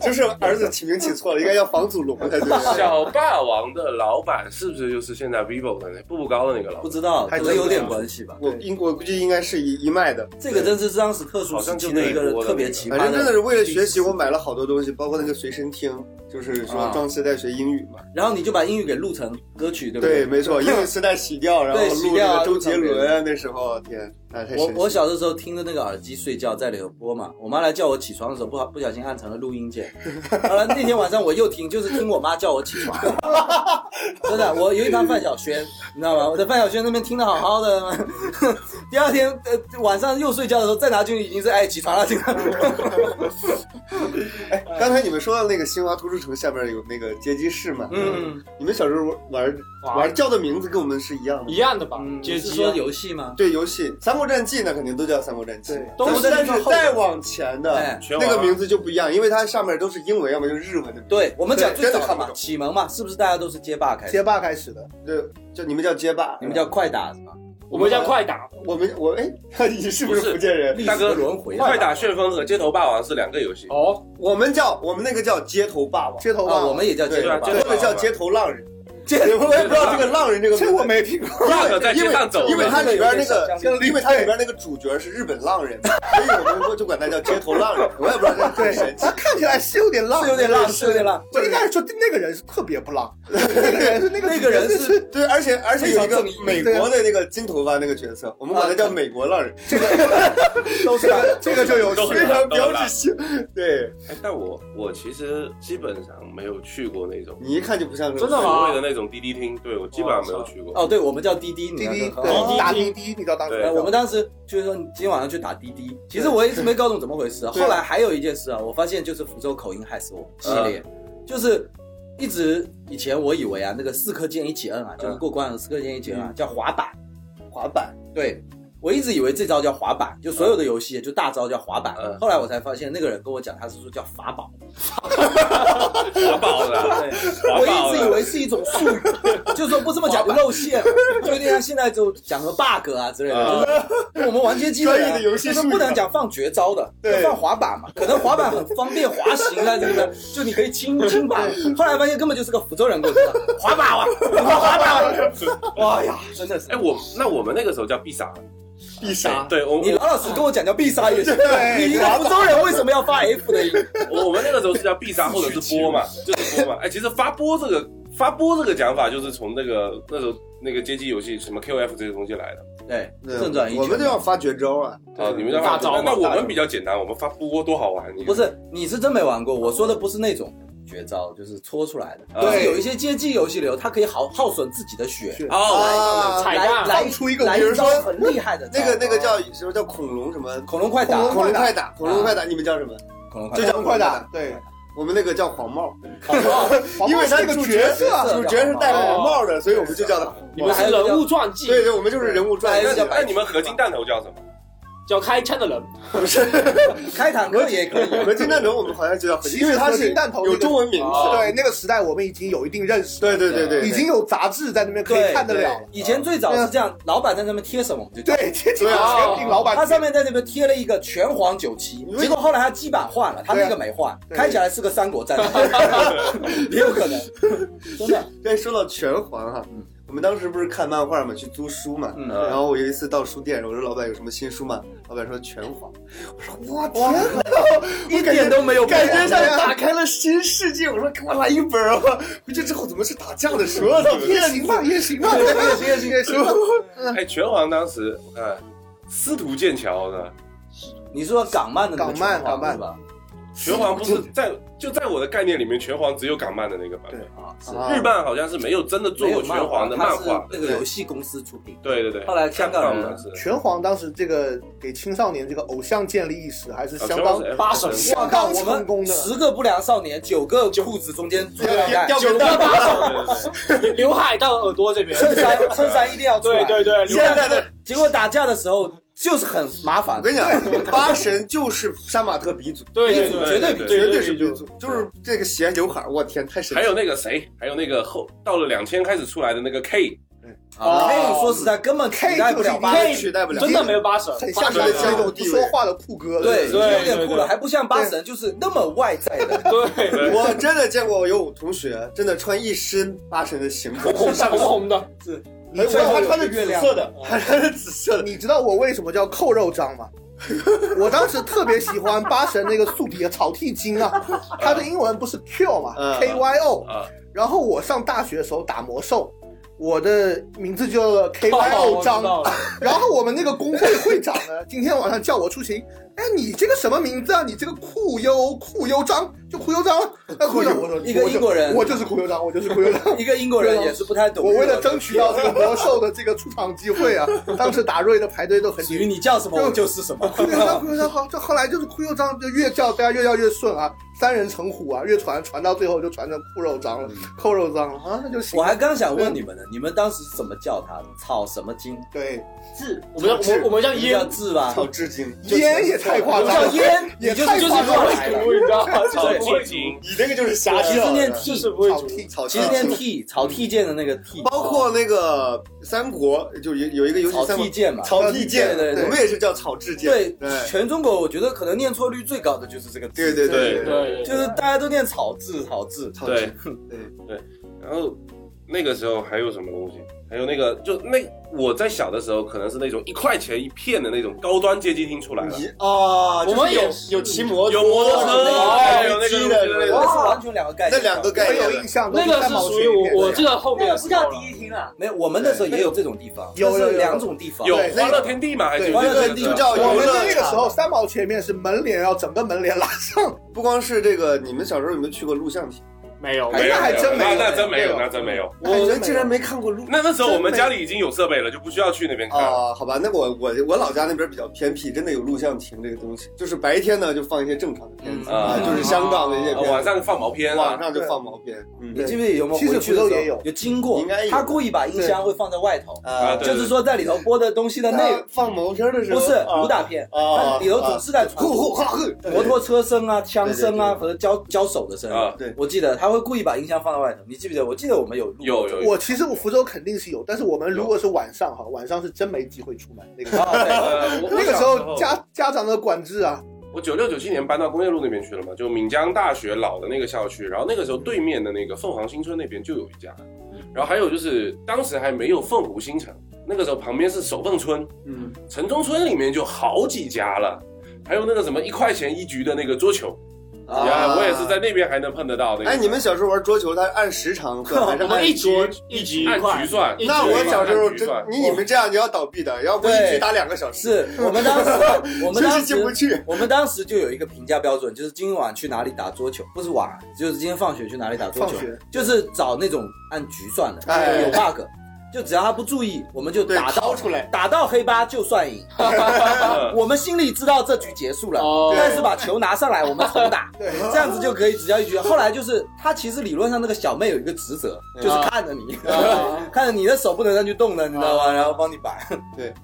就是儿子起名起错了，应该叫房祖龙 才对。小霸王的老板是不是就是现在 vivo 的那步步高的那个老不板？知道，还可真能有点关系吧。我应我估计应该是一一脉的。这个真是当时特殊时期的一个特别奇葩反正哎真的是为了学习，我买了好多东西，包括那个随身听，就是说啊装磁带学英语嘛。然后你就把英语给录成歌曲，对不对，对？没错，英语磁带洗掉，然后对洗录掉那啊个周杰伦啊，那时候天，那太神我奇了。我小的时候听着那个耳机睡觉，在里头播嘛。我妈来叫我起床的时候，不好不小心按成了录音键。后来那天晚上我又听，就是听我妈叫我起床。 真的，我有一盘范晓萱，你知道吗？我在范晓萱那边听的好好的， 第二天呃晚上又睡觉的时候再拿进去，已经是哎起床了，起床了。哎嗯刚才你们说到那个新华图书城下边有那个街机室嘛？嗯，你们小时候玩玩玩叫的名字跟我们是一样的吗一。样的吧嗯，街你是机说啊游戏吗？对游戏《三国战记》那肯定都叫《三国战记》对，但都是是但那是个后再往前的哎全那网个啊名字就不一样，因为它上面都是英文，要么就是日文的名字。对我们讲对最真的早看的不嘛，懂启蒙嘛，是不是大家都是街霸开始？街霸开始的，对，就你们叫街霸，你们叫快打是吧？我们叫快打，我们我哎， 你是不不是是福建人？历大史哥的轮回啊，快打旋风和街头霸王是两个游戏，哦，我们叫我们那个叫街头霸王，街头霸啊，王我们也叫对街啊霸街或头霸王者叫街头浪人。街我也不知道这个浪人这个名字这我没听 过，因大为可在街上走的，因为它里边那个这个，因为它里边那个主角是日本浪人，所以我们就管他叫街头浪人。我也不知道这对很神奇他。看起来是有点浪，是有点浪，是有点浪。我一开始说那个人是特别不浪， 那个人是那个那个人是是 对，而且而且有一个非常正义美国的那个金头发那个角色，我们管他叫美国浪人，都是这个就有都趣非是常标志性。对哎，但我我其实基本上没有去过那种你一看就不像是真的吗所谓的那种滴滴厅，对我基本上没有去过。哦，对，我们叫滴滴，你滴那滴个很好对打滴滴，你知道当时对哎，我们当时就是说，你今天晚上去打滴滴。其实我一直没搞懂怎么回事啊。对后来还有一件事啊，我发现就是福州口音害死我系列，就是一直以前我以为啊，那个四颗键一起摁啊，就是过关了四颗键一起摁啊，叫滑板。滑板，对，我一直以为这招叫滑板，就所有的游戏就大招叫滑板嗯。后来我才发现，那个人跟我讲，他是说叫法宝。滑宝的，滑啊我宝一直以的，为是一种术语，就是说不这么讲就露馅，就有点像现在就讲个 bug 啊之类的。就是我们玩街机专人业啊的游戏术就语是不能讲放绝招的，对要放滑板嘛。可能滑板很方便滑行啊，对不对？就你可以轻轻板。后来发现根本就是个福州人给我说滑板啊，滑板啊！哎呀，真的是哎，。我那我们那个时候叫必杀，必杀。对我你我老老实跟我讲叫必杀也行，对你一个福州人为什么要发 F 的音？我们那个时候是叫必杀或者是波嘛，就是波嘛。哎，其实发波这个发波这个讲法就是从那个那时候那个街机游戏什么 QF 这些东西来的。对，对正转一圈。我们就要发绝招啊！啊，你们叫大招嘛那我们比较简单，我们发波多好玩。你不是，你是真没玩过。我说的不是那种绝招，就是搓出来啊的。就是有一些街机游戏里头，它可以耗耗损自己的血，是哦，啊，彩来蛋，来放出一个来比如一招说很厉害的 招，那个那个叫什么叫恐龙什么？恐龙快打，恐龙快打，恐龙快打，你们叫什么？恐龙快就打，叫很快的，对，我们那个叫黄帽，黄因为帽他是那个个角色角，色主角是戴了黄帽的，所以我们就叫他黄你帽们。是人物传记，对对，我们就是人物传还有那一个记叫。那你们合金弹头叫什么？叫开枪的人，不是开坦克也可以。合金弹头，我们好像就叫合金，其实因为它合是金弹头有那个中文名字。哦对那个时代我们已经有一定认识，对对对对，已经有杂志在那边可以对看得了，以前最早是这样，老板在那边贴什么我们就贴。对，这几对个啊产品老板他上面在那边贴了一个拳皇九七，为结果后来他基板换了，他那个没换，啊对开起来是个三国战士，也有 可能，真的。对，说到拳皇哈、嗯我们当时不是看漫画嘛，去租书嘛，嗯然后我有一次到书店，我说老板有什么新书吗？老板说拳皇，哇天哪，一点都没有感觉像打开了新世界。我说给我来一本啊！回去之后怎么是打架的书 啊？怎么 也行吧，也行吧，也行也行也行吧，哎，拳皇当时我看司徒剑桥的你是说港漫的那个港漫拳皇港漫是吧？拳皇不是在就在我的概念里面，拳皇只有港漫的那个版本。啊，是啊日漫好像是没有真的做没有过拳皇的漫画画它是那个游戏公司出品。对对对，后来香港人的是 拳皇当时这个给青少年这个偶像建立意识还是相当啊哎八手哇相靠，当我成功们的，十个不良少年，九个裤子中间最后两掉盖，个要蛋？把手，对刘海到耳朵这边， 衬衫衬衫一定要出来。对对对，现在的结果打架的时候就是很麻我烦，跟你讲，八神就是杀马特鼻祖，对一对组对，绝对对比绝对对是鼻祖，就是这个斜刘海，我天，太神还奇有了！那个谁，还有那个后到了两千开始出来的那个 K，啊。K 说实在根本取代不了八还神，有取代不了，真的没有八神，很八像神是那的种不说话的酷哥，对，已是经吧有点酷对对了，对还不像八神，就是那么外在的。对，对我真的见过有同学真的穿一身八神的行 头，闪红红的，哎我最后还有穿的月紫亮色的， 还穿的紫色的。你知道我为什么叫扣肉章吗？我当时特别喜欢八神那个宿敌草剃精啊，他的英文不是 Q 嘛嗯，K Y O。啊，然后我上大学的时候打魔兽，我的名字叫做 K Y 哦 O 我知章。道了然后我们那个工会会长呢，今天晚上叫我出勤，哎，你这个什么名字啊？你这个酷优酷优章，就哭油章了，那哭油章，我说一个英国人我就是哭油章，我就是哭油章。一个英国人也是不太懂。 我为了争取到这个魔兽的这个出场机会啊，当时打瑞的排队都 很属于你叫什么我就是什么。哭又张，哭又张好，这后来就是哭又张，就越叫大家越叫越顺啊，三人成虎啊，越传传到最后就传成酷肉张了，扣肉张了啊，那就行我。还刚想问你们呢，你们当时是怎么叫他的？草什么精？对，字，我们叫我们我们叫叫烟，字吧？操至今，烟也太我夸们张叫了，烟，也你就是太就是夸张乱了来的。读，你知道吗？草就是不会鸡精，你这个就是瞎其实叫念的。就是不会草读。踢草其实鸡念 T 草 T 剑的那个 T，嗯包括那个三国，就有有一个游戏草三国剃剑嘛。草剃剑，对对对我们也是叫草雉剑。对对，全中国我觉得可能念错率最高的就是这个字。对对对对，就是大家都念草字草字。草对雉，对，然后那个时候还有什么东西？还有那个，就那我在小的时候，可能是那种一块钱一片的那种高端街机厅出来了，你啊，我们有就是有骑摩有摩托车哎有那个机的有那那个是完全两个概念。那两个概我念有印象，那个都是三毛属钱于一片我我记得后那面个的不时候叫了第一厅啊，没有，我们那时候也有这种地方，有有有这是两种地方。有对欢乐天地嘛，还是对有那那个个就叫我游们乐那个时候场。三毛前面是门帘，要整个门帘拉上，不光是这个，你们小时候有没有去过录像厅？没有，哎没有，那还真没那有那真没有，对那真没有。我们竟然没看过录那那时候我们家里已经有设备了，就不需要去那边看。啊，好吧，那我我我老家那边比较偏僻，真的有录像厅这个东西，就是白天呢就放一些正常的片子嗯啊啊，就是香港的一些啊片子，晚上放毛片晚啊，上就放毛片，嗯你记不记得有没有回去的时其实福州也候有有经过？应该有他故意把音箱会放在外头，呃啊，对就是说在里头播的东西的内那放毛片的时候不是啊武打片，啊哦它里头总是在传呼呼哈呼，摩托车声啊、枪声啊对和交交手的声啊对我记得他会故意把音箱放在外头，你记不记得？我记得我们有录有有有我其实我福州肯定是有，但是我们如果是晚上哈，晚上是真没机会出门。那个 时候啊，对呃我那个时我小候家家长的管制啊，我九六九七年搬到工业路那边去了嘛，就闽江大学老的那个校区，然后那个时候对面的那个凤凰新村那边就有一家，然后还有就是当时还没有凤湖新城，那个时候旁边是首凤村，嗯，城中村里面就好几家了，还有那个什么一块钱一局的那个桌球，啊呀，我也是在那边还能碰得到那个。哎，你们小时候玩桌球，它是按时长 算还是我们按一局局？一局一按块局，算，一局那我小时候按局真算，你你们这样你要倒闭的，要不一对局打两个小时，是我们当时， 我休们息当进不时，去。我们当时就有一个评价标准，就是今晚去哪里打桌球，不是晚，就是今天放学去哪里打桌球放学，就是找那种按局算的，哎有 bug，就只要他不注意，我们就对打到掏出来打到黑八就算赢。嗯我们心里知道这局结束了哦，但是把球拿上来我们重打，对这样子就可以只要一局。后来就是他其实理论上那个小妹有一个职责，就是看着你，看着你的手不能上去动的，你知道吗？然后帮你摆。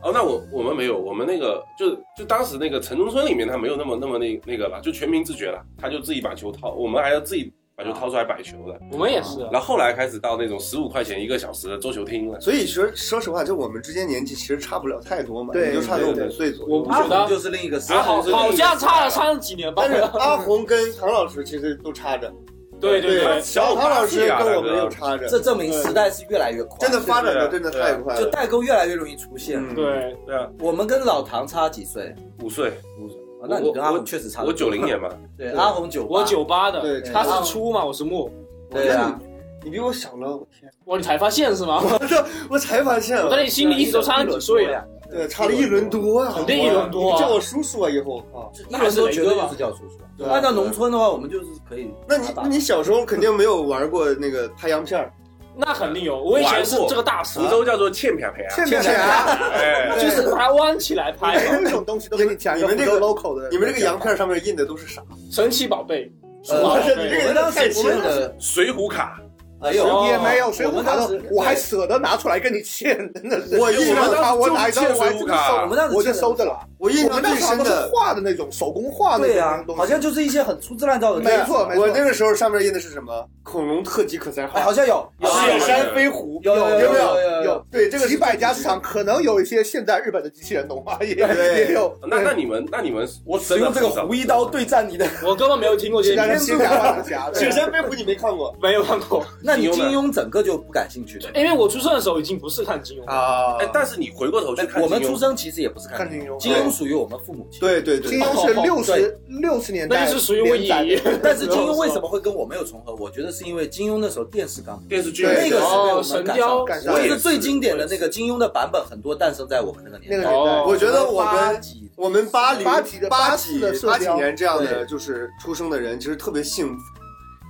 哦，那我我们没有，我们那个就就当时那个城中村里面，他没有那么那么那那个了，就全民自觉了，他就自己把球掏，我们还要自己把球掏出来摆球的。我们也是，啊然后后来开始到那种十五块钱一个小时的桌球厅了，所以说，说实话，就我们之间年纪其实差不了太多嘛，对也就差个对对五岁左右。我不觉得阿虎就是另一个时代阿虎是好像差了三十几年吧但。是阿红跟唐老师其实都差着，对对对，然小后五唐八老岁师啊，跟我大们哥又差着，这证明时代是越来越快，真的发展的对真的对太快就了。代沟越来越容易出现。嗯对，对啊，我们跟老唐差几岁？五岁，啊那你跟阿红确实差得我多。九零年嘛，对阿红九，我，九八的，对，对差他是初嘛，我是末，对啊，你比我小了，我天，我你才发现是吗？我这我才发现我在了，你心里一直都差了几岁啊？对，差了一轮多呀，肯定一轮多啊你叫我叔叔啊，以后啊。一人都绝对就是叫叔叔。对啊按照农村的话，我们就是可以那你那你小时候肯定没有玩过那个太阳片儿，那肯定有，我以前是这个大师福，州叫做欠啪啪现啊，在哎，就是把它弯起来拍嘛。这啊种东西都给你讲一你个们福这个州 local 的，你们这个洋片上面印的都是啥？神奇宝贝，呃哇对你这我个们当太时亲签了。的水浒卡，没有，哎也没有，水哎我浒们卡当都时我还舍得拿出来跟你欠，真的是。我印印象象当他，时我就拿一张欠我还水真浒的卡收，我们当时我就记得收着了。我印我象们那最时候深都是的，画的那种手工画的对那啊种，东西，好像就是一些很粗制滥造的东没西。错没错。我那个时候上面印的是什么？恐龙特级可赛哎，好号，像有，有雪是山飞虎，有有有没有有？有啊有对，这个几是百家市场可能有一些现在日本的机器人动画也对也有，那那你们那你们我使真的用这个不知道胡一刀对战你的，我根本没有听过这现在些，是新家万家，对雪山飞虎你没看过没有看过，那你金庸整个就不感兴趣了。因为我出生的时候已经不是看金庸了，啊哎，但是你回过头去看我们金庸出生其实也不是看看金庸金庸属于我们父母亲。对对金对，庸是六十六十年那代连载的，就是属于我爷爷但是金庸为什么会跟我没有重合？我觉得是因为金庸那时候电视刚电视剧对那个时代我哦，们神赶雕上，赶上我我也觉是得最经典的那个金庸的版本，很多诞生在我们那个那年个代。年代哦，我觉得我八们几我们八零八几的八八几四的社八几交年这样的对就是出生的人，其实特别幸福，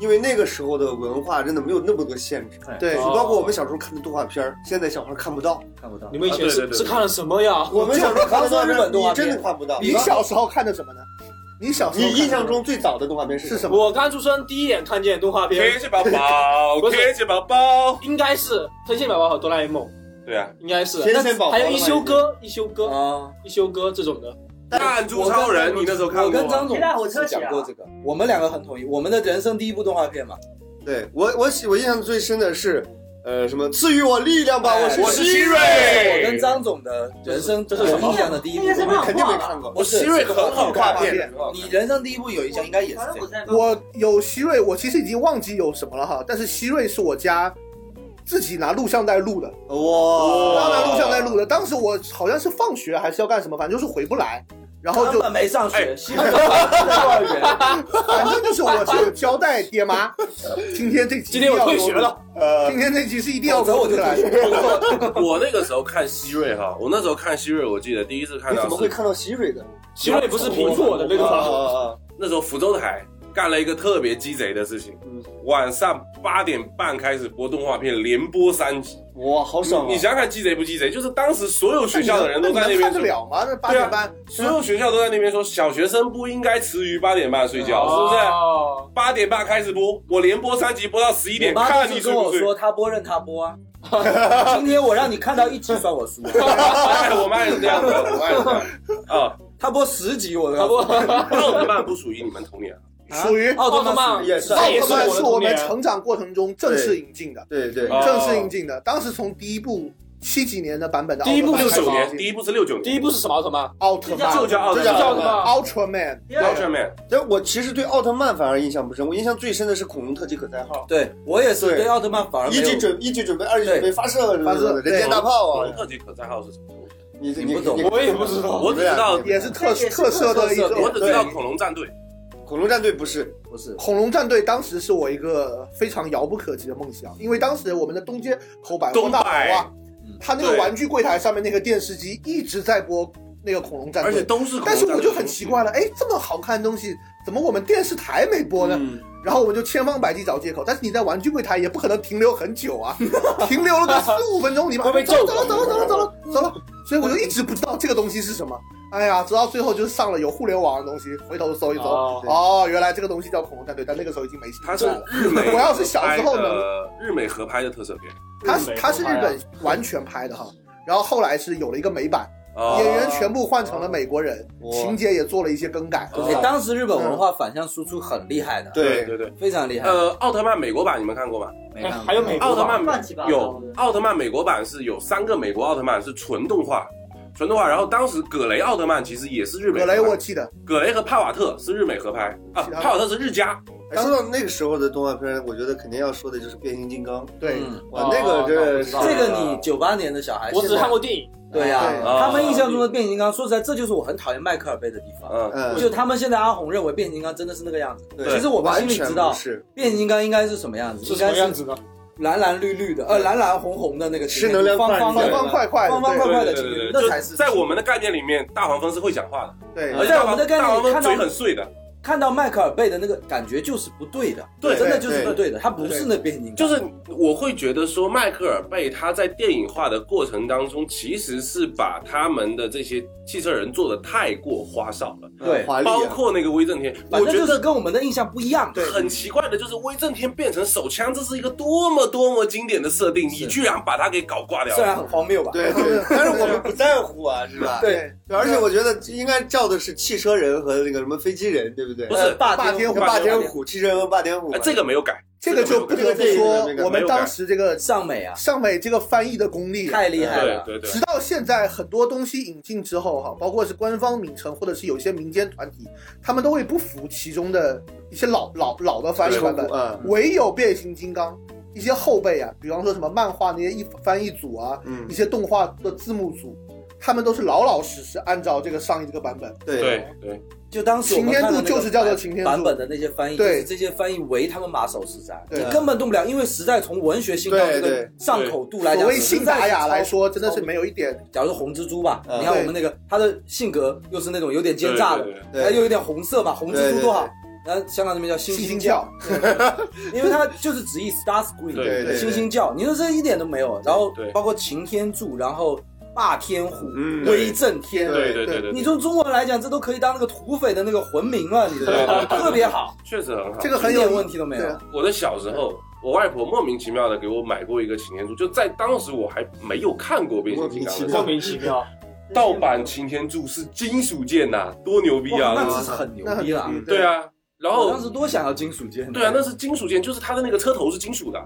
因为那个时候的文化真的没有那么多限制，对就哦包括我们小时候看的动画片儿，现在小孩看不到。看不到你。们以前啊对对是对是看了什么 呀？我们小时候看的动画刚说日本动片，画你片真的看不到。你小时候看的什么呢？你小时候你看的印象中最早的动画片是是什什么？么？我刚出生第一眼看见动画天片，线宝宝，不是天线宝宝，应该是《天线宝宝》和《哆啦 A 梦》，对啊，应该是。天线宝宝还有一休哥、一休哥、啊，一休哥这种的。弹珠超人，你那时候看我过跟吗？张总是讲过这个，我们两个很同意。我们的人生第一部动画片嘛，对我我喜我印象最深的是，呃，什么赐予我力量吧，哎我我是希希瑞我跟张总的人生这是有印象的第一部这是动什么画肯片，定没看过。不是希瑞很好看，这是片很好看你人生第一部有印象应该也是反这正我个。在我有希瑞，我其实已经忘记有什么了哈，但是希瑞是我家自己拿录像带录的，哇，当然录像带录的。当时我好像是放学还是要干什么，反正就是回不来，然后就根本没上学，哎西门口幼儿园，反正就是我只有交代爹妈，今天这集今天我退学一定要了，录，呃，今天这集是一定要否则录我就出来退的。学。我那个时候看希瑞哈，我那时候看希瑞，我记得第一次看你到怎么会是看到希瑞的？希瑞不是苹果的那个啊吗？啊啊！那时候福州台干了一个特别鸡贼的事情嗯，晚上八点半开始播动画片，连播三集。哇，好爽啊！你想想看鸡贼不鸡贼？就是当时所有学校的人都在那那你边看得说，啊了吗？那八点半，所有学校都在那边说，小学生不应该迟于八点半睡啊觉，是不是？哦八点半开始播，我连播三集，播到十一点，我妈看就你是睡跟我不说睡。她播任她播啊。今天我让你看到一集算我输，哎，我妈也是这样的，我妈也是这样的啊。她播十集我都他要不，奥特曼不属于你们童年啊，属于奥奥特曼也奥奥也特曼是是我的童我们年成长过程中正式引进的，对对，哦正式引进的。当时从第一部七几年的版本的第一部奥特六曼开始九引年，进啊第一部是六九年，第一部是什么奥特曼？奥特曼就叫奥特就曼，叫奥特曼 Ultraman， Ultraman，但我其实对奥特曼反而印象不深，我印象最深的是恐龙特技可赛号，对我也是对对奥特曼反而没一级有。准一级准备，二级准备发射，发射人间大炮恐啊龙！特技可代号是什么？你你不懂我也不知道我只知道你们俩也是特特色的一我种。只知道恐龙战队，恐龙战队不是不是，恐龙战队当时是我一个非常遥不可及的梦想，因为当时我们的东街口百货东百大楼啊嗯，它那个对玩具柜台上面那个电视机一直在播那个恐龙战而且队，都是恐龙但战是队。我就很奇怪了，哎，这么好看的东西，怎么我们电视台没播呢？嗯然后我们就千方百计找借口，但是你在玩具柜台也不可能停留很久啊，停留了个四五分钟，你妈会被走揍了走了走了走了走了，所以我就一直不知道这个东西是什么。哎呀，直到最后就是上了有互联网的东西，回头搜一搜，哦哦，原来这个东西叫恐龙战队，但那个时候已经没戏它是日美， 我要是小时候能日美合拍的特色片，它日是美它是日拍啊本完全拍的哈，然后后来是有了一个美版，啊演员全部换成了美国人，哇情节也做了一些更改。哎，当时日本文化反向输出很厉害的，对对对对。非常厉害。呃，奥特曼美国版你们看过吗？没看过哎还有美国奥特乱曼七八糟的有奥特曼美国版是有三个美国奥特曼是纯动画，纯动画。然后当时葛雷奥特曼其实也是日美葛合拍，雷我记得，葛雷和帕瓦特是日美合拍啊，其他的帕瓦特是日加，哎说到那个时候的动画片，我觉得肯定要说的就是变形金刚，对，嗯哇哦，啊那个真的是那我这个你九八年的小孩，我只现在看过电影。对呀、对他们印象中的变形金刚，说实在，这就是我很讨厌迈克尔贝的地方。呃嗯，嗯，就他们现在阿红认为变形金刚真的是那个样子，对其实我们完心里全知道不是变形金刚应该是什么样子，是应什么该样是子呢？蓝蓝绿绿的，呃，蓝蓝红红的那个是能量方块方方的对方块块的，方方块对块的对对对对，那就才是在我们的概念里面，大黄蜂是会讲话的，对，而且在大我黄们的概念大黄蜂里看到嘴很碎的，看到迈克尔贝的那个感觉就是不对的，对真的就是对不对的，他不是那变形金刚，就是我会觉得说，迈克尔贝他在电影化的过程当中，其实是把他们的这些汽车人做的太过花哨了，对华丽啊包括那个威震天，反我正觉就是得。跟我们的印象不一样。很奇怪的就是威震天变成手枪，这是一个多么多么经典的设定，是你居然把它给搞挂掉虽然了。哎很荒谬吧，对 对，但是我们不在乎啊，是吧？对对，对，而且我觉得应该叫的是汽车人和那个什么飞机人，对不对？不是呃霸霸天天虎霸天虎虎，汽车人和霸天虎哎，，这个没有改，这个就不得不说这个没有改这个没有改我们当时这个上美啊，上美这个翻译的功力啊。太厉害对了。对对直，到现在，很多东西引进之后，哈，包括是官方名称，或者是有一些民间团体，他们都会不服其中的一些老老老的翻译版本，嗯唯有变形金刚一些后辈啊，比方说什么漫画那些一翻译组啊，嗯一些动画的字幕组，他们都是老老实实按照这个上一这个版本。对对对，就当时我们看到那擎个天柱就是叫做擎天柱版本的那些翻译，就对是这些翻译为他们马首是瞻，对你根本动不了，因为实在从文学性到对这个对上口度来讲，所谓信达雅实在来是超说，真的是没有一点假如说红蜘蛛吧，嗯你看我们那个他的性格又是那种有点奸诈的对对，对对然后又有点红色嘛，红蜘蛛多好对对。然后香港那边叫星信星心教教，，因为它就是直译 Star Screen，对对对星星教。你说这一点都没有，然后对包括擎天柱，然后霸天虎嗯、威震天，对对对对，你对从中文来讲，这都可以当那个土匪的那个魂名了，你知道吗？对对对特别好，确实很好这。个很一有点问题都没啊有对。我的小时候，我外婆莫名其妙的给我买过一个擎天柱，就在当时我还没有看过变形金刚莫名其的时妙莫候，名其妙。盗版擎天柱是金属剑呐、多牛逼哇啊！那那真个是很牛那很逼了。牛逼对，啊，然我后当时多想要金属剑呢。对啊，那是金属剑，就是它的那个车头是金属的。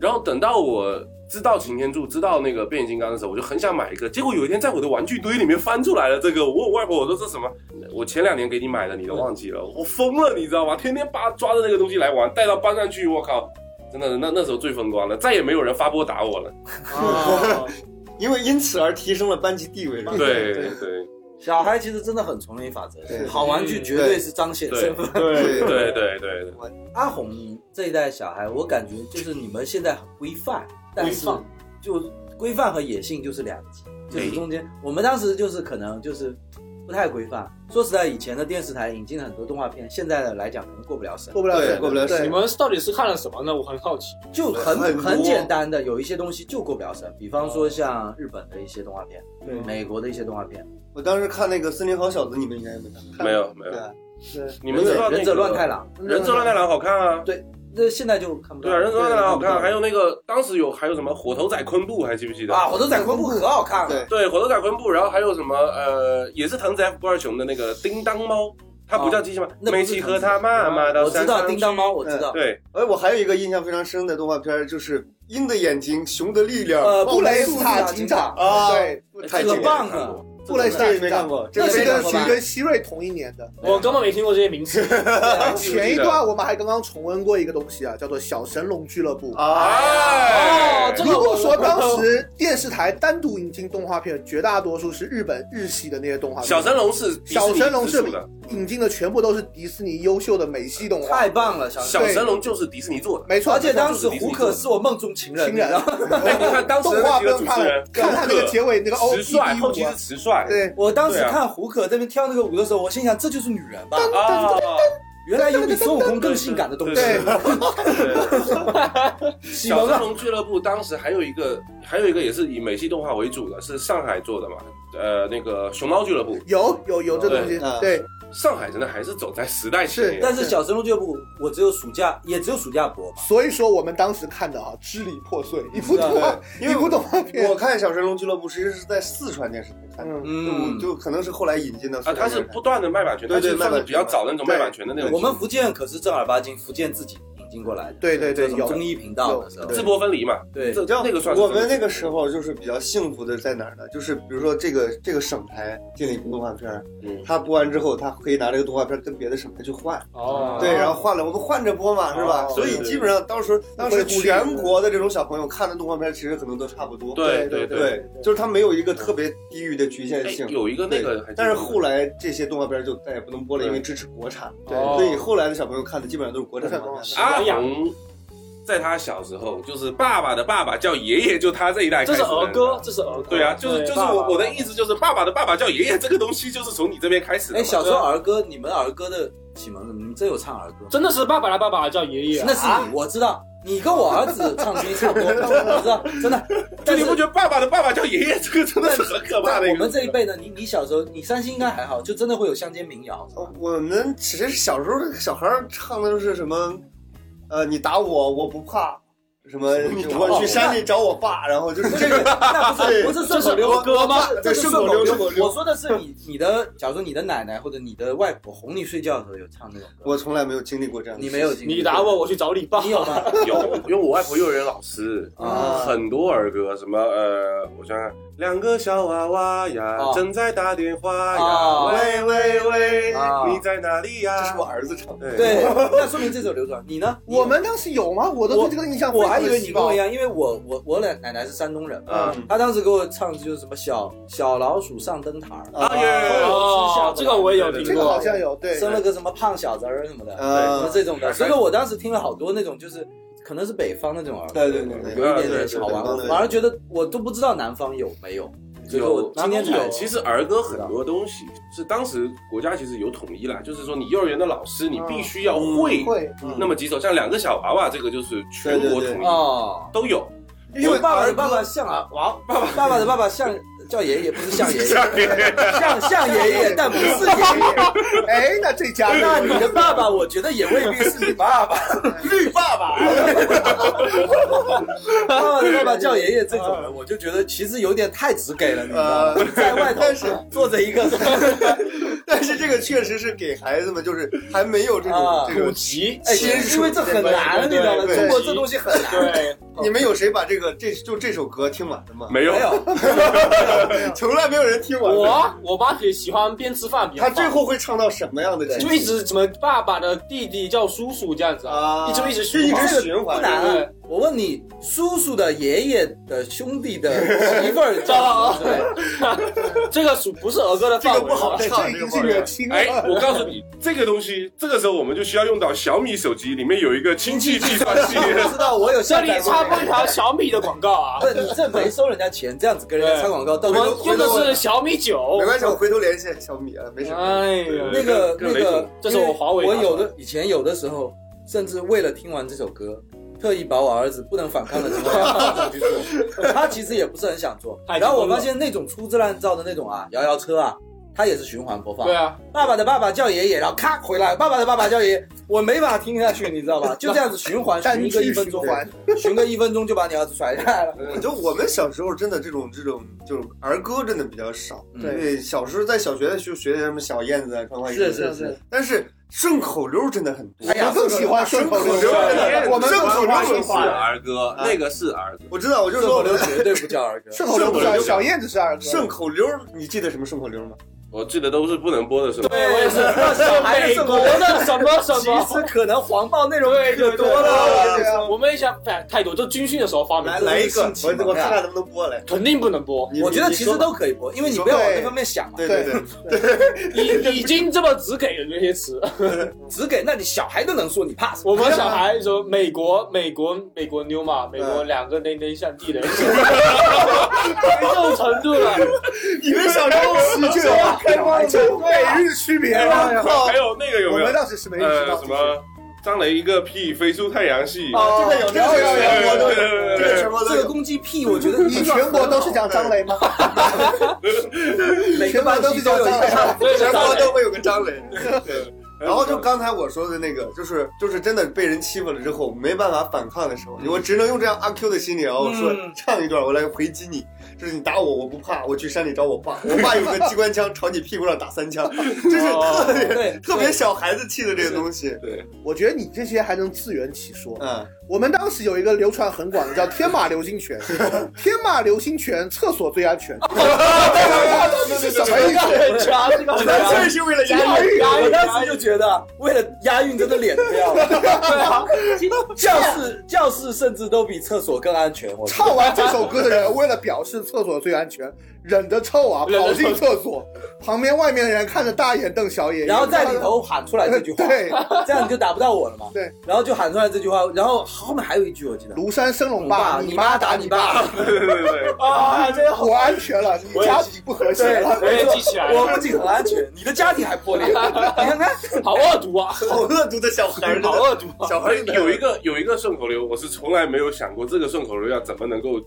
然后等到我知道擎天柱、知道那个变形金刚的时候，我就很想买一个。结果有一天在我的玩具堆里面翻出来了这个，我问我外婆，我说这什么？我前两年给你买的，你都忘记了，我疯了，你知道吗？天天把抓着那个东西来玩，带到班上去，我靠，真的那那时候最风光了，再也没有人发波打我了。哦，因为因此而提升了班级地位嘛。对对小孩其实真的很丛林法则对，好玩具绝对是彰显身份。对，对对对对，阿红这一代小孩，我感觉就是你们现在很规范，但是规范就规范和野性就是两极，就是中间。我们当时就是可能就是不太规范。说实在，以前的电视台引进了很多动画片，现在的来讲可能过不了审，过不了对审，过不了对审你们到底是看了什么呢？我很好奇。就很很多很简单的，有一些东西就过不了审，比方哦说像日本的一些动画片，对美国的一些动画片，我当时看那个《森林好小子》，你们应该也没看过。没有没有对，，啊对你们知道那个啊忍者乱太，郎，忍者乱太郎好看啊。这现在就看不到对啊，了。忍者乱太郎好看，对还有那个当时有还有什么火头仔昆布，还记不记得啊，火头仔昆布可好看了。对对，火头仔昆布，然后还有什么呃，也是藤子 F 不二雄的那个叮当猫，它不叫机器猫，啊那不梅是奇藤和子他妈妈到我山知上道叮当猫，我知去。。道嗯对，哎，我还有一个印象非常深的动画片儿，就是《鹰的眼睛，熊的力量》呃哦布雷斯塔警长啊对，太这个经典棒看啊过！布雷斯塔这个警没看长。过，这这个没看个啊是跟过是吧。跟希瑞同一年啊的。哎我根本没听过这些名词。啊 前一段我们还刚刚重温过一个东西啊，叫做《小神龙俱乐啊部》。啊哎哦这个如果说当时电视台单独引进动画片，绝大多数是日本日系的那些啊动画片，小神龙是迪士尼小神龙制是作的，引进的全部都是迪士尼优秀的美系动画太，棒了，小小小神龙就是迪士尼做的。没错。而且当时胡可是我梦中情人，情人你知道吗 哎，你看当时动的那画几不个用主看持了人，，看他那个结尾那个 O 池 P 帅，后 D 期舞是啊，池帅，对，我当时对啊看胡可在那边跳那个舞的时候，我心想这就是女人吧，啊，原来有比孙悟空更性感的东西。对对，启小蒙神了，龙俱乐部当时还有一个，还有一个也是以美系动画为主的，是上海做的嘛？呃，那个熊猫俱乐部，有有有这东对，西嗯对，上海真的还是走在时代前是沿。但是小神龙俱乐部我只有暑假，也只有暑假播嘛。所以说我们当时看的啊，支离破嗯碎，一部动画，啊因为一部动画我片，看《小神龙俱乐部》其实是在四川电视台看的，嗯，嗯，就可能是后来引进的啊，四川它电视是台。不断的卖版权，对它对是算是比较早的那种卖卖版版权权的那种。我们福建可是正儿八经福建自己引进过来的，对对对，这有种综艺频道的时候，自播分离嘛，对这就那个算是我们那个时候就是比较幸福的在哪儿呢？就是比如说这个这个省台进了一部动画片儿，嗯他播完之后，他可以拿这个动画片儿跟别的省台去换，哦，对，然后换了我们换着播嘛，是吧？哦所以啊对对基本上当时当时会孤立的全国的这种小朋友看的动画片儿其实可能都差不多，对对对对，就是他没有一个特别低域的局限哎性。有一个那个对还记得，但是后来这些动画片儿就再也不能播了，因为支持国产，对哦所以后来的小朋友看的基本上都是国产动画片啊了。阿红。在他小时候，就是爸爸的爸爸叫爷爷，就他这一代这开始是的啊儿歌，。这是儿歌。对啊，就是就是爸爸我我的意思就是，爸爸的爸爸叫爷爷，这个东西就是从你这边开始的哎，嘛。小时候儿歌，你们儿歌的启蒙是什么？你们真有唱儿歌吗？真的是爸爸的爸爸叫爷爷啊，那是你，我知道，你跟我儿子唱的差不多，我知道，真的。就但你是不觉得爸爸的爸爸叫爷爷，这个真的是很可怕但的一个。我们这一辈呢，你你小时候，你三星应该还好，就真的会有乡间民谣。是吧我们其实小时候小孩儿唱的就是什么，呃，你打我我不怕，什么我去山里找我爸，然后就是这 个，那不是对不是这顺是口溜，儿歌吗？这对，是顺口顺口溜，顺口我溜。说的是你你的，假如说你的奶奶或者你的外婆哄你睡觉的时候有唱那种歌，我从来没有经历过这样的你事情，没有经历？你打我，，我去找你爸。哦你有吗？有，因为我外婆幼儿园老师，嗯啊很多儿歌，什么呃，我想想，两个小娃娃呀，哦正在打电话呀，哦喂喂喂，哦你在哪里呀？这是我儿子唱的。对 对，那说明这首流传。你呢？你有我们当时有吗？我都对这个印象非我常还以为你跟我一样，因为我我我奶奶奶是山东人，啊她当时给我唱的就是什么小小老鼠上灯台儿，啊有有有有哦，这个我也有这听个过好，像有对，生了个什么胖小子儿什么的，什么呃，这种的。对所以说我当时听了好多那种，就是可能是北方那种儿歌，对对对对有一点对点对好玩。对对我对反而觉得我都不知道南方有没有，所以说我今天才有，其实儿歌很多东西是当时国家其实有统一啦，就是说你幼儿园的老师你必须要会会那么几首，像两个小娃娃这个就是全嗯对国对统一哦。都有。嗯因为爸爸的爸爸像啊，娃爸爸爸爸的爸爸像 叫爷爷，不是像爷爷， 像像爷爷，但不是爷 爷。哎，那这 家那你的爸爸，我觉得也未必是你爸 爸，绿爸爸。爸爸的爸爸叫爷爷这种人，我就觉得其实有点太直给了，你知道吗？在外头但是坐着一个哎但是这个确实是给孩子们，就是还没有这种啊这古个，籍，哎， 其实因为这很难，你知道吗？中国这东西很难。对，你们有谁把这个这就这首歌听完了吗？没有没，有，从来没有人听完。我我妈也喜欢边吃饭边他放。最后会唱到什么样的情就绪一直怎么爸爸的弟弟叫叔叔这样子啊啊，一直一直就一循环直这循个不环？难对啊！我问你，叔叔的爷爷的兄弟的媳妇儿叫什么之类的？这个属不是儿歌的这范个围不啊好了。唱，这这已个经不好是唱远。亲哎，了。我告诉你，这个东西，这个时候我们就需要用到小米手机里面有一个亲戚计算器。我知道，我有这下里载过插播一条小米的广告 啊不，，你这没收人家钱，这样子跟人家插广告，到我时们候用的是小米九没。关系，我回头联系小米啊，没事。哎呀，那个跟跟那雷个总，这是我华为因为拿出我来有的以前有的时候，甚至为了听完这首歌，特意把我儿子不能反抗的情况 下放上去做，他其实也不是很想做。太然后我激动了发现那种粗制滥造的那种啊，摇摇车啊，它也是循环播放。对啊，爸爸的爸爸叫爷爷，然后咔回来，爸爸的爸爸叫爷爷，我没法听下去，你知道吧？就这样子循环，单循个一句分循钟，环，循个一分钟就把你儿子甩下来了。我就我们小时候真的这种这种就是儿歌真的比较少，嗯因为小时候在小学的时候学的什么小燕子啊、穿花衣，是是是，但是顺口溜真的很多。哎呀我更喜欢顺口溜顺口溜真的我们顺口溜顺是儿歌，那个是儿歌。我知道，我就顺说口我溜们绝对不叫儿歌，顺口溜不顺口是啊溜小燕子是二哥，顺口溜，你记得什么顺口溜吗？我记得都是不能播的，是吗？对哎我也是，小孩美子国的什么什么其，实可能黄暴内容也就多对了。对啊，我们也想哎太多，就军训的时候发明来的，来一个心，情我我呀看看能不能播来。肯定不能播，你我觉得其你实，说吧都可以播，因为你你说不要往那方面想嘛。对对对，已已经这么只给了那些词。 只给那你小孩都能说你怕什么？我们小孩说美国美国美国妞嘛，美国嗯两个内内向地雷，这种程度了。你们小时候你 这有开放就美日区别哎还有了。还有那个有我没有们？当时是没意识呃，到什么张雷一个屁飞出太阳系，哦，这个有这个有全国都有，这个全国都这个有。公鸡屁，我觉得你全国都是讲张雷吗？ 每个班级都有一全国都是这 个样。对全对国对都会有个张磊。然后就刚才我说的那个，就是就是真的被人欺负了之后没办法反抗的时候，我只能用这样阿 Q 的心理，然后说嗯唱一段，我来回击你。就是你打我，我不怕，我去山里找我爸，我爸有个机关枪，朝你屁股上打三 枪，这是哦特别对，特别小孩子气的这个东西。我觉得你这些还能自圆其说。嗯，我们当时有一个流传很广的叫“天马流星拳”，天马流星拳，厕所最安全。这是什么意思？很强，这个纯很强粹是为了压押力。韵，押我韵，当押时就韵，觉得，为了押韵，真的脸都要了。对啊，教室教室甚至都比厕所更安全。我觉得唱完这首歌的人为了表示厕所最安全，忍着臭啊，忍着跑进厕所，旁边外面的人看着大眼瞪小眼，然后在里头喊出来这句话，对这样你就打不到我了嘛。对，然后就喊出来这句话，然后后面还有一句我记得，庐山升龙爸，霸，你妈妈打你爸。 对对对对，啊，这个好，我安全了，你家庭不和 谐对，了。我也记起来了我不仅很安全，你的家庭还破裂。你看 看，好恶毒啊，好恶毒的小孩，真好的恶毒啊，小孩真的哎有一个有一个顺口溜，我是从来没有想过这个顺口溜要怎么能够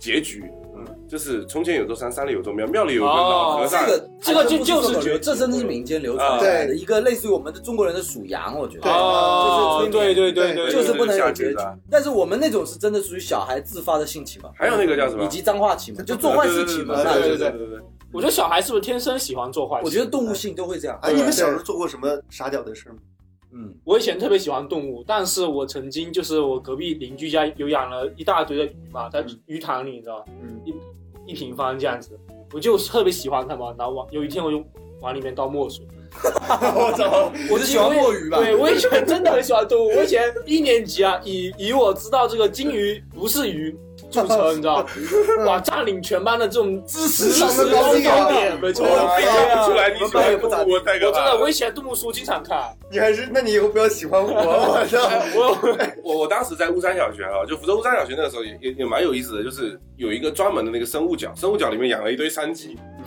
结局。嗯，就是从前有座山，山里有座庙，庙里有个老和尚这。个啊这个就还真不就是顺口溜绝这真的是民间流传下来的对一个类似于我们的中国人的属羊，我觉得。对哦，就是对对对对，就是不能有结对对对局下决，但是我们那种是真的属于小孩自发的性启蒙，还有那个叫什么以及脏话启蒙，就做坏事启蒙对啊。对就对是对对对，我觉得小孩是不是天生喜欢做坏事？我觉得动物性都会这样。哎，你们小时候做过什么傻屌的事吗？嗯，我以前特别喜欢动物，但是我曾经就是我隔壁邻居家有养了一大堆的鱼嘛，在嗯鱼塘里，你知道吧？嗯一一平方这样子，我就特别喜欢它嘛。然后我有一天我就往里面倒墨水。我操！我你是喜欢墨鱼吧对，我以前真的很喜欢动物。我以前一年级啊，以以我知道这个金鱼不是鱼著称，你知道？哇，占领全班的这种知识上的高高地啊点，没错。我还对看啊不出来你喜欢我们班也我太可我真怕的，了我以前杜牧书经常看，你还是，那你以后不要喜欢我， 我操！哎我我我当时在乌山小学啊，就福州乌山小学那个时候也也也蛮有意思的，就是有一个专门的那个生物角，生物角里面养了一堆山鸡，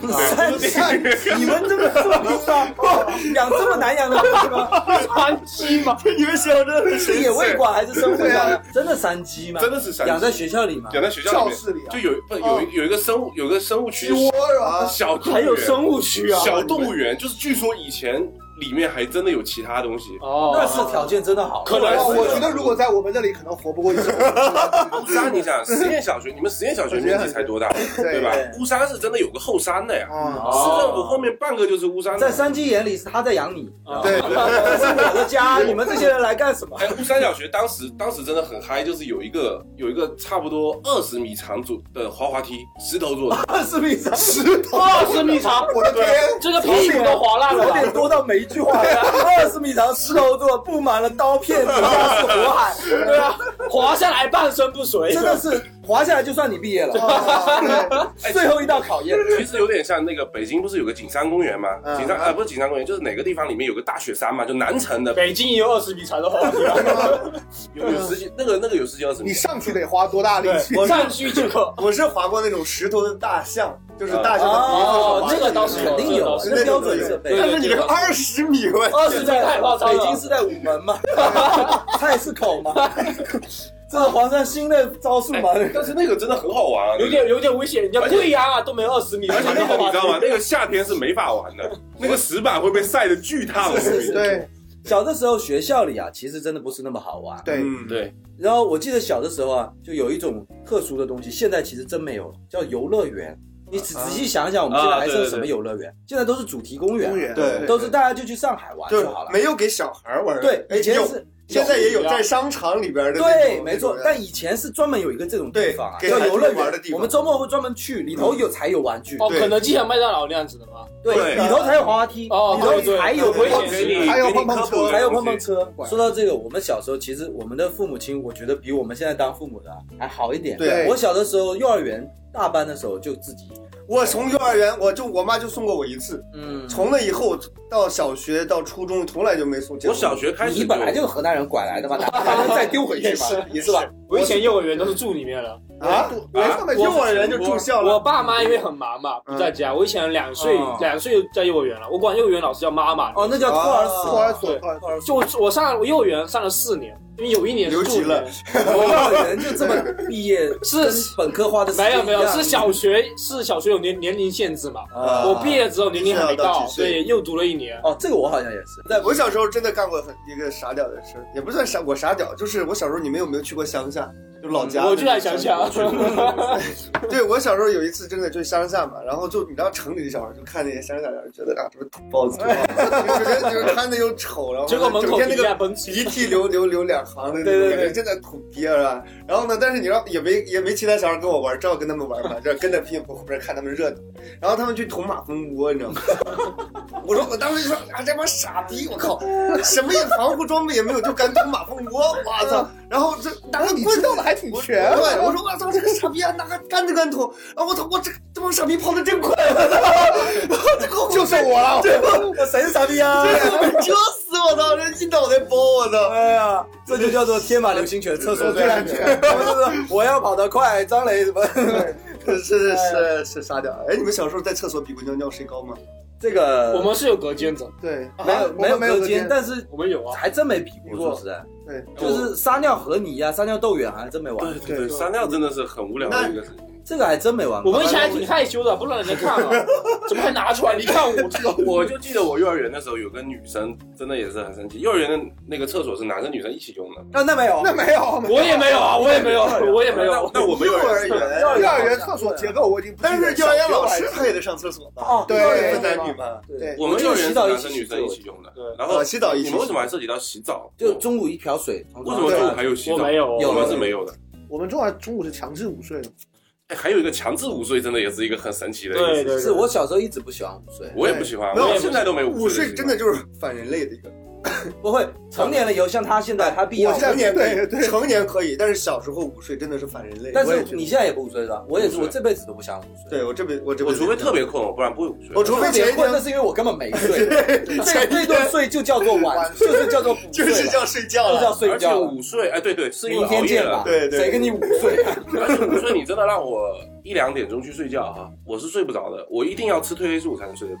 你们这个 养这么难养的东西吗？川鸡嘛，你们想的很是神野奇。味馆还是生活馆？真的山鸡吗？真的是山鸡，养在学校里吗？养在学校教里面，室里啊就，有不有一有一个生物有一个生物区鸡窝是 吧？小动物还园有生物区啊。小动物园，就是据说以前里面还真的有其他东西，那哦，是条件真的好，可能哇是哦我觉得如果在我们那里可能活不过一周。乌山，你想实验小学，你们实验小学面积才多大，对吧？对乌山是真的有个后山的呀，啊，市哦政府后面半个就是乌山的在。山鸡眼里是他在养你，啊对，这是我的家，你们这些人来干什么？哎，乌山小学当时当时真的很嗨，就是有一个有一个差不多二十米长左的滑滑梯，石头做的，二十米长，二十米长，我的天，这个屁股都划烂了有点吧。多到每一句话。二十米长石头座布满了刀片，底下是火海，对啊，滑下来半身不遂。真的是滑下来就算你毕业了。啊最后一道考验，其实有点像那个北京不是有个景山公园吗？嗯景山啊、不是景山公园，就是哪个地方里面有个大雪山嘛，就南城的北京也有二十米长的滑梯啊，有有十几那个那个有十几二十米你，上去得花多大力气？我是上去就可。我是划过那种石头的大象，就是大象的鼻子上哦划，这个倒哎倒是肯定有，是那标准设备。但是你这个二十米，我二十米太夸张北了京是在午门嘛，菜市口嘛，这是黄山新的招数嘛？但是那个真的很好玩啊，有点有点危险，人家贵阳啊都没二十米而长且的那个你滑知梯哦道。吗？那个夏天是没法玩的，那个石板会被晒得巨烫。我跟你说对小的时候学校里啊，其实真的不是那么好玩。对，嗯，对，然后我记得小的时候啊，就有一种特殊的东西，现在其实真没有了，叫游乐园。你仔仔细想想，我们现在啊还剩什么游乐园？现在都是主题公园，啊公园对都是大家就去上海玩就就是好了。没有给小孩玩。对，哎以前有是现在也有在商场里边的那种。对，没错那种。但以前是专门有一个这种地方啊，对叫游乐给孩子玩的园地。方嗯我们周末会专门去，里头有才有玩具，哦，对肯德基和麦当劳那样子的吗？对，对里头才有滑滑梯，哦里头才有对对游对给你还有给你碰碰科普车的还有东碰西碰车。说到这个，我们小时候其实我们的父母亲，我觉得比我们现在当父母的啊还好一点。对我小的时候，幼儿园大班的时候就自己，我从幼儿园，我就我妈就送过我一次，嗯从那以后到小学到初中，从来就没送。我小学开始，你本来就是河南人拐来 的嘛，哪还能再丢回去嘛？也是吧？我以前幼儿园都是住里面的。啊，没上面就幼儿园就住校我了。爸妈因为很忙嘛，不在家。我以前两岁哦，两岁就在幼儿园了。我管幼儿园老师叫妈妈。哦，那啊叫托儿所。托儿所对托儿所，就我我上我幼儿园上了四年，因为有一年是留住级里面了， 我幼儿园就这么毕业，是跟本科花的时间没有没一有，样是小学是小学有年年龄限制嘛。啊我毕业之后年龄还没是要到到几，岁所以又读了一年。哦，这个我好像也是在我小时候真的干过很一个傻屌的事儿，也不算傻，我傻屌，就是我小时候你们有没有去过乡下？就老家，我就在乡下，对我小时候有一次真的去乡下嘛，然后就你知道城里的小孩就看那些乡下人，觉得啊什么土包子，就觉得就是穿的又丑，然后结果门整口天停那个下奔驰。鼻涕流流流两行的那对种对感觉，对真的土鳖啊。然后呢，但是你知道也没也没其他小孩跟我玩，照跟他们玩嘛，这跟着屁股后边看他们热闹。然后他们去捅马蜂窝，你知道吗？ 我说我当时就说啊这帮傻逼，我靠，什么也防护装备也没有，就敢捅马蜂窝，我操！然后这然拿后个你棍知子道的还挺我全啊，对，我说我操，这个傻逼啊，那还干着干捅，然后啊我操，我这这帮傻逼跑的真快， 这个就剩 我了，我谁是傻逼啊？被折死我操，这一脑袋包我 操，哎呀，这就叫做天马流星拳，厕所最 安全。对就是我要跑得快，张磊什么？是是是是傻屌。哎，你们小时候在厕所比过尿尿谁高吗？这个我们是有隔间的，对，没啊有没有我们没有隔间，但是我们有啊。还真没比过，说实在，对，就是撒尿和泥呀、撒尿斗远，好像真没玩对过。对对，撒尿真的是很无聊的一个事情。这个还真没玩我过。们以前还挺害羞的，不让人家看啊，怎么还拿出来？你看我这个， 我就记得我幼儿园的时候有个女生，真的也是很神奇。幼儿园的那个厕所是男生女生一起用的，啊，那没有，那没有，我也没有啊，我也没有，我也没有。那那我们幼儿园园幼儿园厕所结构我已经不记但得了，是幼儿园老小师学我还他也得上厕所吧？哦，对幼幼儿儿园园分男女嘛。对我们幼儿园洗是澡一男起生女生一起用的对。啊然后哦洗澡一起你们为什么还涉及到洗澡？就我中午一瓢水，为什么中午还有洗我澡？没有，有我了们是没有的。我们中午中午是强制午睡的，哎，还有一个强制午睡，真的也是一个很神奇的一个事对情。对，是我小时候一直不喜欢午睡，我也不喜欢，没有我现在都没有午睡习惯真的就是反人类的一个。不会成年了以后，像他现在他必要我，成年对可以，成年可以，但是小时候午睡真的是反人类。但我也是觉得你现在也不午睡是吧？我也是，不午睡我这辈子都不想午睡。对我这边我这我边除非特别困，我不然不会午睡。我除非特别前一困，那天是因为我根本没睡，这这顿睡就叫做晚，就是叫做补就睡了，是叫睡觉就叫了，睡而且觉了。午睡，哎，对对，是因为明熬天夜见吧，了。对对谁跟你午睡啊？而且午睡，你真的让我一两点钟去睡觉哈、我是睡不着的，我一定要吃褪黑素才能睡得着。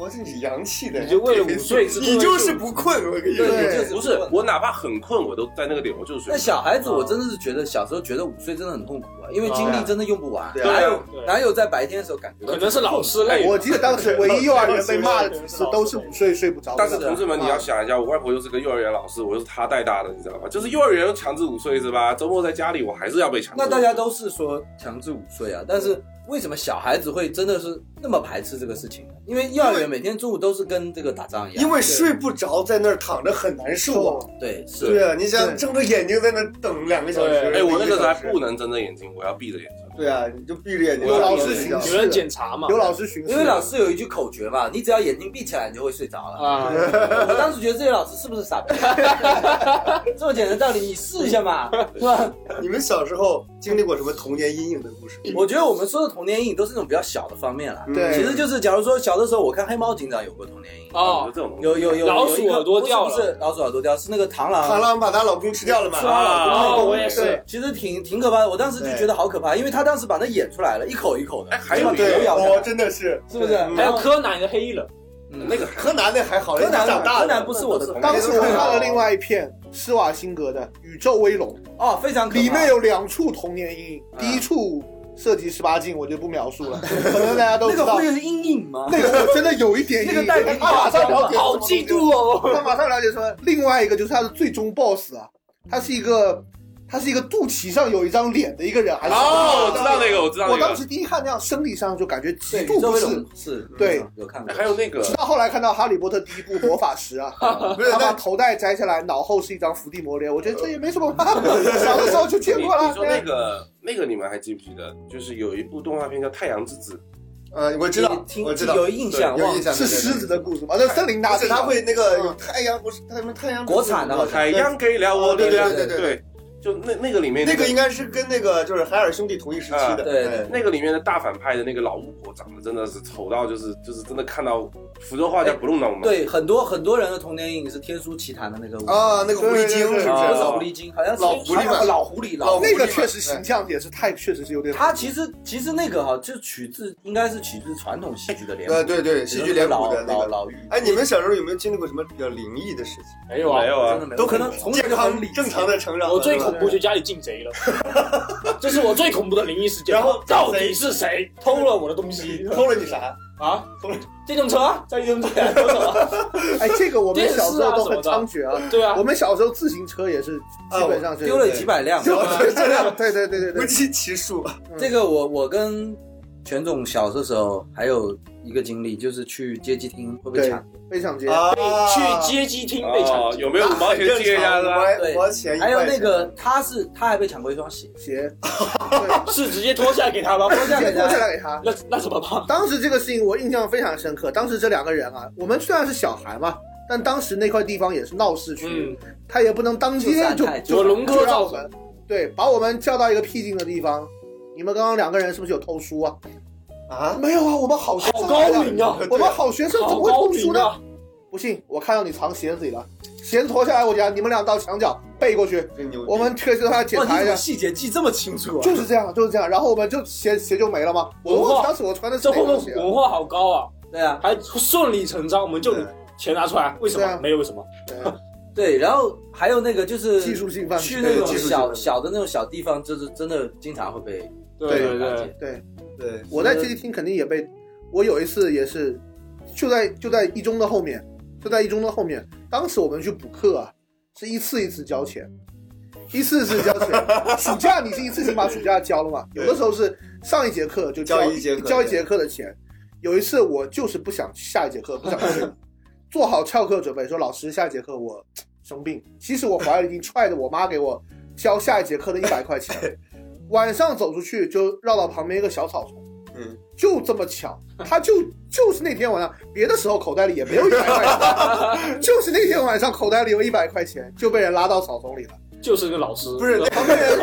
我这是洋气的，你就为了午睡吃你就是不困，我跟你说，对就是不是，我哪怕很困，我都在那个点，我就是睡那不着。小孩子，我真的是觉得小时候觉得午睡真的很痛苦啊，因为精力真的用不完，对啊哪有嗯对哪有在白天的时候感觉到可能是老师累，我记得当时唯一幼儿园被骂的几次都是午睡睡不着的。但是同志们，啊你要想一下，我外婆又是个幼儿园老师，我又是她带大的，你知道吧？就是幼儿园强制午睡是吧？周末在家里，我还是要被强制。那大家都是说强制午睡啊，但是为什么小孩子会真的是那么排斥这个事情呢？因为幼儿园每天中午都是跟这个打仗一样，因为睡不着，在那儿躺着很难受啊。对是对啊，你想对睁着眼睛在那儿等两个小时，对哎，我那个时候还一小时不能睁着眼睛，我要闭着眼睛。对啊，你就闭着眼睛有老师师巡有人检查嘛，刘老师巡视，因为老师有一句口诀嘛，你只要眼睛闭起来，你就会睡着了。啊，我当时觉得这些老师是不是傻逼？啊 这么简单的道理，你试一下嘛，是吧？你们小时候经历过什么童年阴影的故事？我觉得我们说的童年阴影都是那种比较小的方面啦。对其实就是假如说小的时候，我看黑猫警长有过童年阴影，我觉哦得，这种东西有有有老鼠有一个耳朵掉了不是不是老鼠耳朵掉，是那个螳螂螳螂把她老公吃掉了嘛？吃完老公啊那个我也是对其实挺挺可怕的。我当时就觉得好可怕，因为他当时把它演出来了，一口一口的，哎还有一个对对，咬我下，真的是是不是？嗯还然有后柯南的黑衣人，嗯那个还柯南那还好，柯人家南长大了柯南不是我的童当年，时我看了另外一片施瓦辛格的《宇宙威龙哦，非常》，可怕里面有两处童年阴影，嗯第一处涉及十八禁，我就不描述了，可能大家都那知个道会。是阴影吗？那个我真的有一点阴那影，个带给你他马上了解，好嫉妒哦，他马上了解出来。另外一个就是他的最终 BOSS 啊，他是一个，他是一个肚脐上有一张脸的一个人，还是哦，我知道那个，我知道我那当个。时第一看那样，生理上就感觉极对，度周不围适。龙是，对嗯有看过哎。还有那个直到后来看到《哈利波特》第一部《魔法石》啊，不是他把那头带摘下来，脑后是一张伏地魔脸，我觉得这也没什么吧，小的时候就见你过你了。哎说那个那个你们还记不记得？就是有一部动画片叫《太阳之子呃，我知道，听我知道，有印象，有忘印了。象是狮子的故事吗？那森林大而帝且嘛，他会那个有太阳，不是他们太阳嗯国产的好》，像太阳给了我的对对亮。对对对对，就那那个里面那个应该是跟那个就是海尔兄弟同一时期的，啊对哎那个里面的大反派的那个老巫婆长得真的是丑到就是就是真的看到福州话叫不弄脑嘛。对，很多很多人的童年阴影是《天书奇谭》的那个巫啊，那个狐狸精对对对是不啊多是？少狐狸精，好像是老狐狸还有吧老狐狸，老老狐狸那个确实形象也是太，确实是有点。他其实其实那个哈，就取自应该是取自传统戏剧的脸谱呃，，对对，戏剧脸谱的那老老个。老妪哎，你们小时候有没有经历过什么比较灵异的事情？没有啊没，有啊真的，没有，都可能从小健就康很理正常的成长的。我最对吧恐怖就家里进贼了，这是我最恐怖的灵异事件。然后到底是谁偷了我的东 西偷了你 啥？啊？偷了电动车啊，在电动车偷走了。哎，这个我们小时候都很电视啊猖獗啊。 对啊我，们小时候自行车也是，基本上是丢了几百 辆。这辆，对对对对不对，计其数。这个我我跟全总小的时候还有一个经历，就是去街机厅会被抢，非常接。啊去街机厅被抢哦，有没有五毛钱借一下五 的啊？毛对五毛钱一块还钱，有那个他是他还被抢过一双鞋，鞋， 是直接脱下来给他吗？脱下对，给接脱下他，来给他。那那怎么办？当时这个事情我印象非常深刻。当时这两个人啊，我们虽然是小孩嘛，但当时那块地方也是闹市区，嗯，他也不能当街就有龙就哥让造我成们，对，把我们叫到一个僻静的地方。你们刚刚两个人是不是有偷书啊？啊，没有啊，我们好学好生来的高明啊，我们好学生怎好么会高偷书明呢？啊！不信，我看到你藏鞋子里了，鞋子脱下来，我讲你们俩到墙角背过去，真牛逼！我们确实让他检哇，你查怎一么下。细节记这么清楚啊？就是这样，就是这样，然后我们就鞋鞋就没了嘛。我文化忘记当时我穿的是这哪后双面鞋文化好高啊，对啊，还顺理成章，我们就对钱拿出来，为什对啊么？没有为什么？了？对，然后还有那个就是技术性犯去罪，那种对技术性小的小的那种小地方，就是真的经常会被对打对劫，对对， 我在街机厅肯定也被，我有一次也是，就在就在一中的后面，就在一中的后面，当时我们去补课啊，是一次一次交钱。一次一次交钱，暑假你是一次性把暑假交了嘛？有的时候是上一节课就交交一节课交一节课的钱。有一次我就是不想下一节课，不想 去，做好翘课准备，说老师下一节课我 生病，其实我怀里已经揣着我妈给我交下一节课的一百块钱，晚上走出去就绕到旁边一个小草丛，嗯，就这么巧，他就就是那天晚上，别的时候口袋里也没有一百块钱，就是那天晚上口袋里有一百块钱，就被人拉到草丛里了。就是个老师，不是旁边人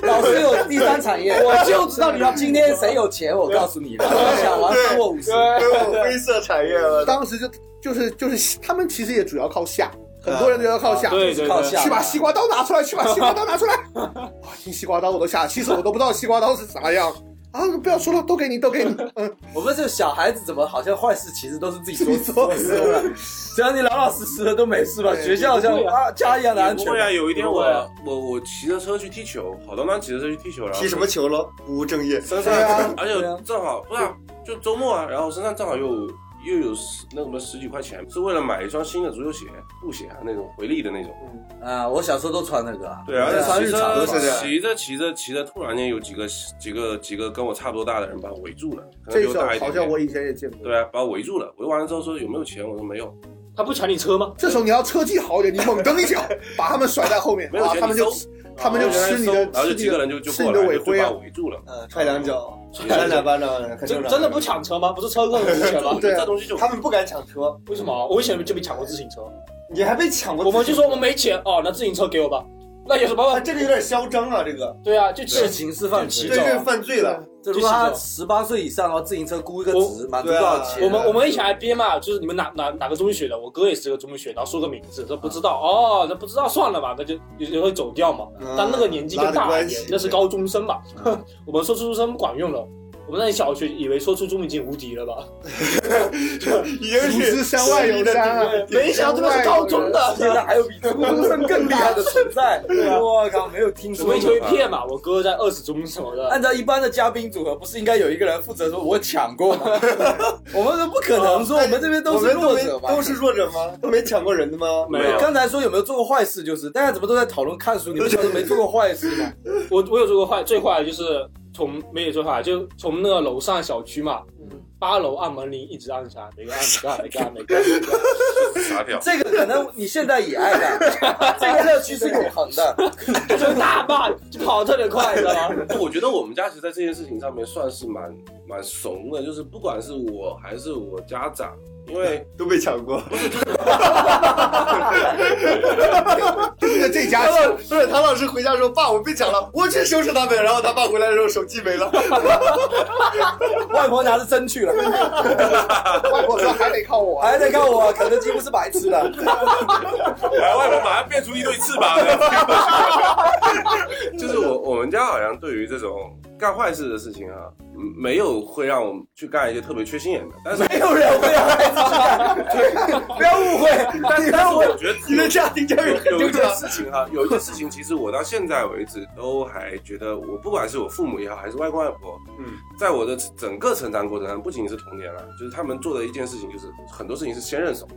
老师有第三产业，我就知道你要今天谁有钱，我告诉你了，想玩分我五十。对都有灰色产业了，当时就就是就是他们其实也主要靠下，很多人都要靠下。对对靠对，下去把西瓜刀拿出来，去把西瓜刀 拿出来！啊，听西瓜刀我都吓，其实我都不知道西瓜刀是啥样啊！不要说了，都给你，都 给你。嗯，我们这小孩子怎么好像坏事其实都是自己做做的？只要你老老实实的都没事吧？对学校像也不会啊，家一样的安不全。会啊，有一天不会啊我我我骑着车去踢球，好端端骑着车去踢球，然后踢什么球了？不务正业，身对啊上， 而且对啊正好不是啊，就周末啊，然后身上正好有又有十那什么十几块钱，是为了买一双新的足球鞋，布鞋啊那种回力的那种。啊，我小时候都穿那个啊。对啊，我穿骑日常着都是这样骑着骑着骑着，突然间有几个几个几个跟我差不多大的人把我围住了，可能这比首大一好点像点。我以前也见过。对啊，把我围住了，围完了之后说有没有钱，我说没有，他不抢你车吗？这时候你要车技好一点，你猛蹬一 脚，把他们甩在后面，没有啊，钱他们你就搜哦他们就吃你的，然后就吃几你个的人就就吃过你的来尾了就灰把啊我！围住了。嗯，踹两脚，其扇实两巴掌，很正真常。真的不抢车吗？不是车更值钱吗 我觉？对得啊这东西就他们不敢抢车，为什么？我以前就被抢过自行车，你还被抢过。我们就说我们没钱哦，那自行车给我吧。那有什么啊，办法？这个有点嚣张啊，这个对啊，就是骑。情是放骑这弃走。是犯罪了。这如果他十八岁以上，然后自行车估一个值，满足多少钱？啊我们我们以前还编嘛，就是你们哪哪哪个中学的，我哥也是个中学，然后说个名字，说不知道哦，那不知道算了吧，那就有时候会走掉嘛。嗯但那个年纪更拉着大一关点系，那是高中生 吧？我们说初中生不管用了，我们那小学以为说初中已经无敌了 吧？已经熟知山外有山啊是没想到这边是高中的，现在还有比初中生更厉害的存在。我靠，没有听我说们就过一。片嘛，我哥在二十中什么的，按照一般的嘉宾组合，不是应该有一个人负责说“我抢过” 吗？我们不可能说我们这边 哦哎我都是们弱都没者吧？都是弱者吗？都没抢过人的吗？没有。刚才说有没有做过坏事，就是大家怎么都在讨论看书，你们小时候没做过坏事吗？我我有做过坏，最坏的就是从没有最坏，就从那个楼上小区嘛，八楼按门铃一直按下，每个按每个按每个按每个按。傻屌。这个可能你现在也爱 干，这个乐趣是永恒的。就大骂，就跑得特别快，你知道吗？我觉得我们家其实在这件事情上面算是蛮蛮怂的，就是不管是我还是我家长，因为都被抢过。盯着这家唐老不是唐老师回家说：“爸，我被抢了， 我去收拾他们。”然后他爸回来的时候手机没了。外婆拿着针去了，外婆说还得靠我，啊还在看我，肯德基不是白吃的。来外婆马上变出一对翅膀了。就是我我们家好像对于这种干坏事的事情啊，嗯没有会让我们去干一些特别缺心眼的，但是没有人会让孩子去干，不要误会。但是但是我觉得你的家庭教育有很有正一件常。事情哈，有一件事情，其实我到现在为止都还觉得，我不管是我父母也好，还是外公外婆，嗯，在我的整个成长过程中，不仅仅是童年了，就是他们做的一件事情，就是很多事情是先认怂。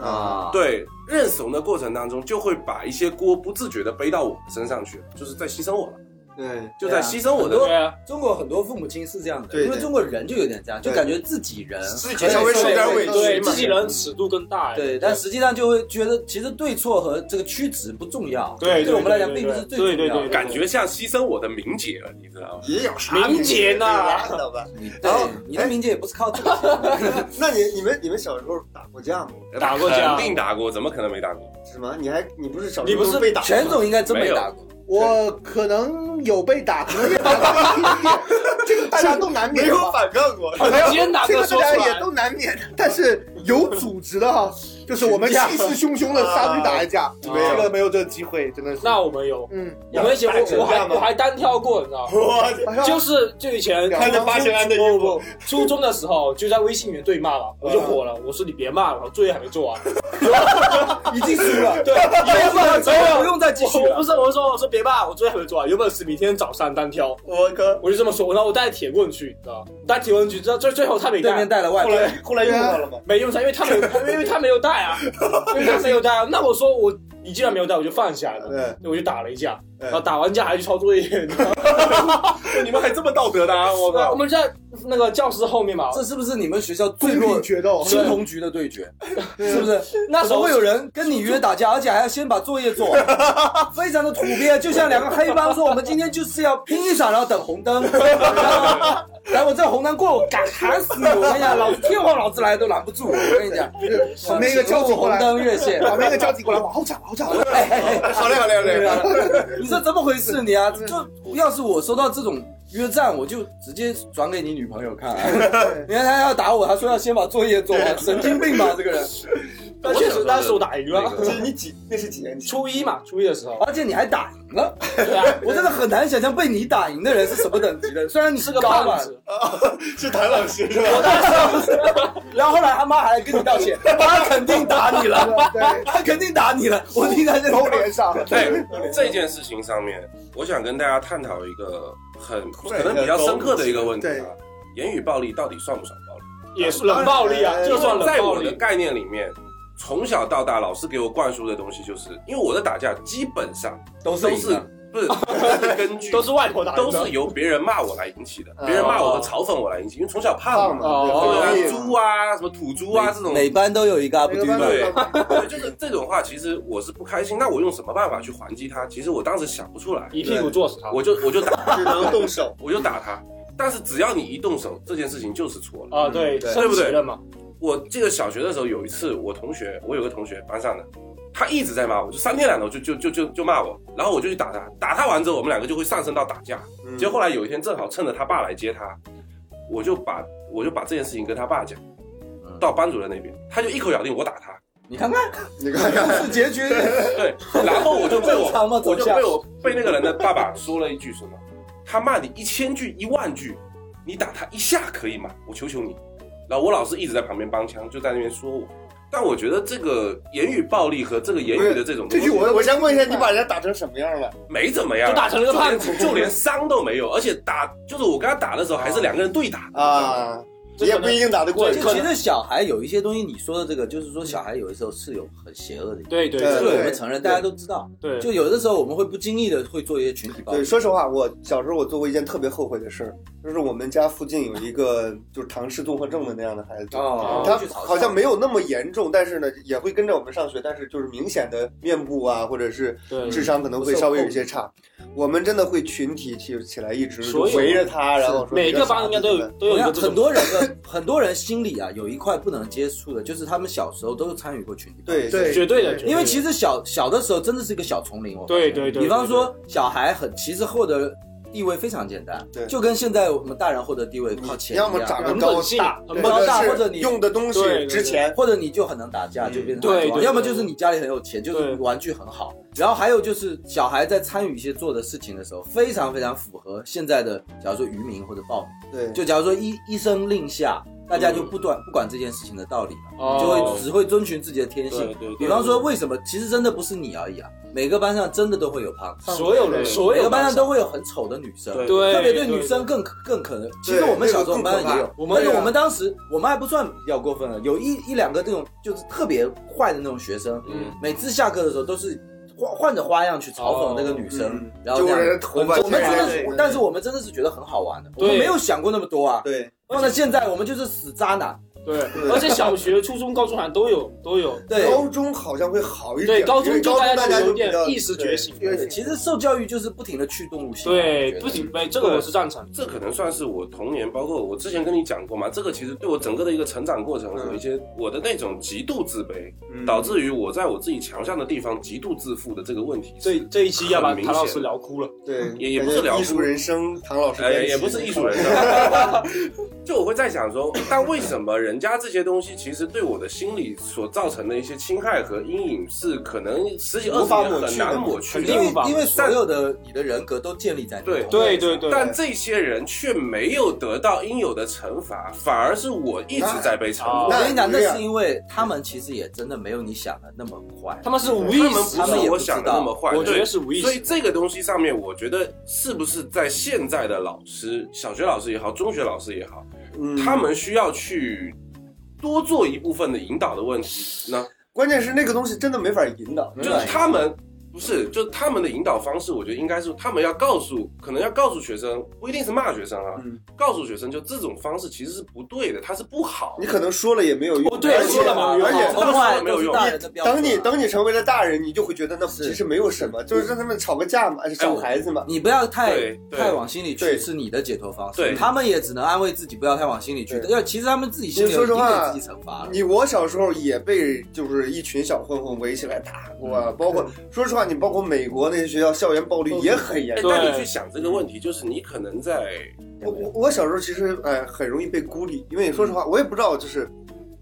啊，对，认怂的过程当中，就会把一些锅不自觉的背到我身上去，就是在牺牲我了，对，就在牺牲我的对啊很多对啊，中国很多父母亲是这样的，对因为中国人就有点这样，对就感觉自己人自己可以稍微受点委屈对嘛自己人尺度更大哎一点。对，但实际上就会觉得，其实对错和这个曲直不重要，对对对我们来讲对并不是最对重对要对的。对感觉像牺牲我的名节了，你知道吗？也有啥民间呐拉倒吧。然后哎你的名节也不是靠这个， 那你、你们、你们小时候打过架吗？打过架肯定打过，怎么可能没打过？是吗？你还你不是小时候你不是被打吗？ 全总应该真没打过。我可能有被打，可能也打过一点点，这个大家都难没免有吧。反抗过。今天哪这个个说大出家也来？都难免，但是有组织的哈，就是我们气势汹汹的杀去打一架，啊这个没有这个机会，真的是。那我们有，嗯，我们以前打群我我还架吗我还单挑过，你知道吗？ 我去 好像就是就以前看着八千安的衣不服不，嗯不初中的时候就在微信里面对骂 了，我就火了，我说你别骂了，我作业还没做 完。已经输了，对，有本事不用再继续我我了不。是我说我说别骂，我作业还没做完，有本事明天早上单挑。我靠！我就这么说，然后我带铁棍去，你知道吗？带铁棍去，知道最最后他没对带面，带了外后婆，来后来用到了吗？没用上，因为他没有，因为他没有带啊，因为他没有带啊。那我说我你既然没有带，我就放下了。对，我就打了一架，对然后打完架还去抄作业。 你知道吗你们还这么道德的啊！我对啊靠，我们在那个教室后面嘛，这是不是你们学校最最弱弱决斗，青铜局的对决？是不是？ 那时怎候么会有人跟你约打架，而且还要先把作业做完？非常的土鳖，就像两个黑帮说我们今天就是要拼一场，然后等红灯， 来我这红灯过，我敢砍死你！我跟你讲，老子天皇老子来都拦不住，我跟你讲，旁边一个交警过红来，灯越线。 旁边一个交警过来，往后站，往后站，往后站哎哎哎好嘞好嘞好对啊嘞，， 你这怎么回事 你啊？就要是我收到这种约战，我就直接转给你女朋友看、啊。 对你看他要打我，他说要先把作业做 完，神经病吧这个人！但确实当时我打赢那了个。这是你几？那是几年级？初一嘛，初一的时候，而且你还打赢了，对 啊，我真的很难想象被你打赢的人是什么等级 的。虽然你是是个个高吧胖，子，是谭老师是吧？然后后来他妈还跟你道 歉，他肯定打你了，对，他肯定打你了。我听他这都连上了，对这件事情上面，我想跟大家探讨一个很可能比较深刻的一个问题啊：言语暴力到底算不算暴力？也是冷暴力啊，就算冷在暴我的力，概念里面，从小到大，老师给我灌输的东西就是，因为我的打架基本上都都是赢是了不是都是根据都是外婆打的，都是由别人骂我来引起的，哦别人骂我和嘲讽我来引起，因为从小胖胖嘛，嘛，哦啊对对啊，猪啊，什么土猪啊这种，每班都有一个阿布每丁个班吧都有。对，对就是这种话，其实我是不开心。那我用什么办法去还击他？其实我当时想不出来，一屁股坐死他。我就我就打， 只能动手。我就打他。但是只要你一动手，这件事情就是错了。啊，对，对升级了嘛，我记得小学的时候有一次，我同学，我有个同学班上的，他一直在骂我，就三天两头就就就就就骂我，然后我就去打他，打他完之后，我们两个就会上升到打架。嗯结果后来有一天正好趁着他爸来接他，我就把我就把这件事情跟他爸讲，到班主任那边，他就一口咬定我打他，你看看，你看看，是结局对，然后我就被我正常吗我走就向被我被那个人的爸爸说了一句什么，他骂你一千句一万句，你打他一下可以吗？我求求你。然后我老师一直在旁边帮腔，就在那边说我。但我觉得这个言语暴力和这个言语的这种这东西句我我先问一下，你把人家打成什么样了？没怎么样，就打成了个胖子就连就连伤都没有，而且打就是我跟他打的时候还是两个人对打，啊，也不一定打得过对你。 就其实小孩有一些东西，你说的这个，就是说小孩有的时候是有很邪恶的一面，对对对这个我对们承认，大家都知道。对，就有的时候我们会不经意的会做一些群体暴啊对，力，说实话，我小时候我做过一件特别后悔的事儿，就是我们家附近有一个就是唐氏综合症的那样的孩啊子，哦他去嘲笑好像没有那么严重，但是呢也会跟着我们上学，但是就是明显的面部啊，或者是对智商可能会稍微有一些差。我们真的会群体起起来，一直就所以围着他，然后说每你个傻班应该都有子都有我一个想这很种多人的很多人心里啊有一块不能接触的，就是他们小时候都参与过群体暴力。对对绝对的，绝因为对其实小小的时候真的是一个小丛林，我哦对对对，比方对说小孩很其实获得地位非常简单对，就跟现在我们大人获得地位靠钱一要么样长得很高本性大，很或高者大是或者你用的东西对对对值钱，或者你就很能打架，就变成对打架对要么就是你家里很有钱，就是对玩具很好，然后还有就是小孩在参与一些做的事情的时候，非常非常符合现在的，假如说渔民或者暴民，对，就假如说一一声令下，大家就不管不管这件事情的道理了。哦就会只会遵循自己的天性对对对。比方说，为什么其实真的不是你而已啊？每个班上真的都会有胖子，所有人对所每有个班上上都会有很丑的女生，对对，特别对女生更更可能。其实我们小时候我们班上也有，我我们们也有我们当时我们还不算比较过分了，有一一两个这种就是特别坏的那种学生，嗯，每次下课的时候都是换换着花样去嘲哦讽那个女生嗯，然后那揪人样。家头发，我们牵人真的家手是，但是我们真的是觉得很好玩的，我们对没有想过那么多啊。对，放在现在，我们就是死渣男。对，而且小学、初中、高中好像都有都有，对，高中好像会好一点，对，高因中为就高中大大家家就有就比点较意识觉醒，对对，其实受教育就是不停的驱动入心啊。我觉对得，不仅对这个我是赞成，这可能算是我童年，包括我之前跟你讲过嘛，这个其实对我整个的一个成长过程，嗯有一些我的那种极度自卑，嗯导致于我在我自己强项的地方极度自负的这个问题。这这一期要把很明谭显老师聊哭了，对，也也不感是觉聊艺术书人生，唐老师哎，编辑也不是艺术人 生，就我会在想说，但为什么人家这些东西其实对我的心理所造成的一些侵害和阴影，是可能十几二无十法年抹很去的难抹去肯的定因。为无法因为所有的你的人格都建立在你对的童对年对上对，但这些人却没有得到应有的惩罚，反而是我一直在被惩罚。我那跟你讲，哦你那这样是因为他们其实也真的没有你想的那么坏他。们是无意他们识不他们是也我不想知的道那么坏，我觉对得是无意识所以这个东西上面，我觉得是不是在现在的老师，小学老师也好，中学老师也好，嗯他们需要去多做一部分的引导的问题呢？关键是那个东西真的没法引导，就是他们不是，就是他们的引导方式，我觉得应该是他们要告诉，可能要告诉学生，不一定是骂学生啊，嗯告诉学生就这种方式其实是不对的，它是不好你。可能说了也没有用。哦对而且说了嘛而且我宠坏没有用大人的标准啊等你等你成为了大人，你就会觉得那是其实没有什么，就是让他们吵个架嘛，吵孩子嘛。你不要太对对太往心里去，对是你的解脱方式对。他们也只能安慰自己，不要太往心里去。对要其实他们自己心里你说已实经话给自己惩罚了。你我小时候也被就是一群小混混围起来打过，啊，包括说实话，你包括美国那些学校校园暴力也很严哎重。但你对去想这个问题，就是你可能在我我我小时候其实呃很容易被孤立，因为说实话，我也不知道就是。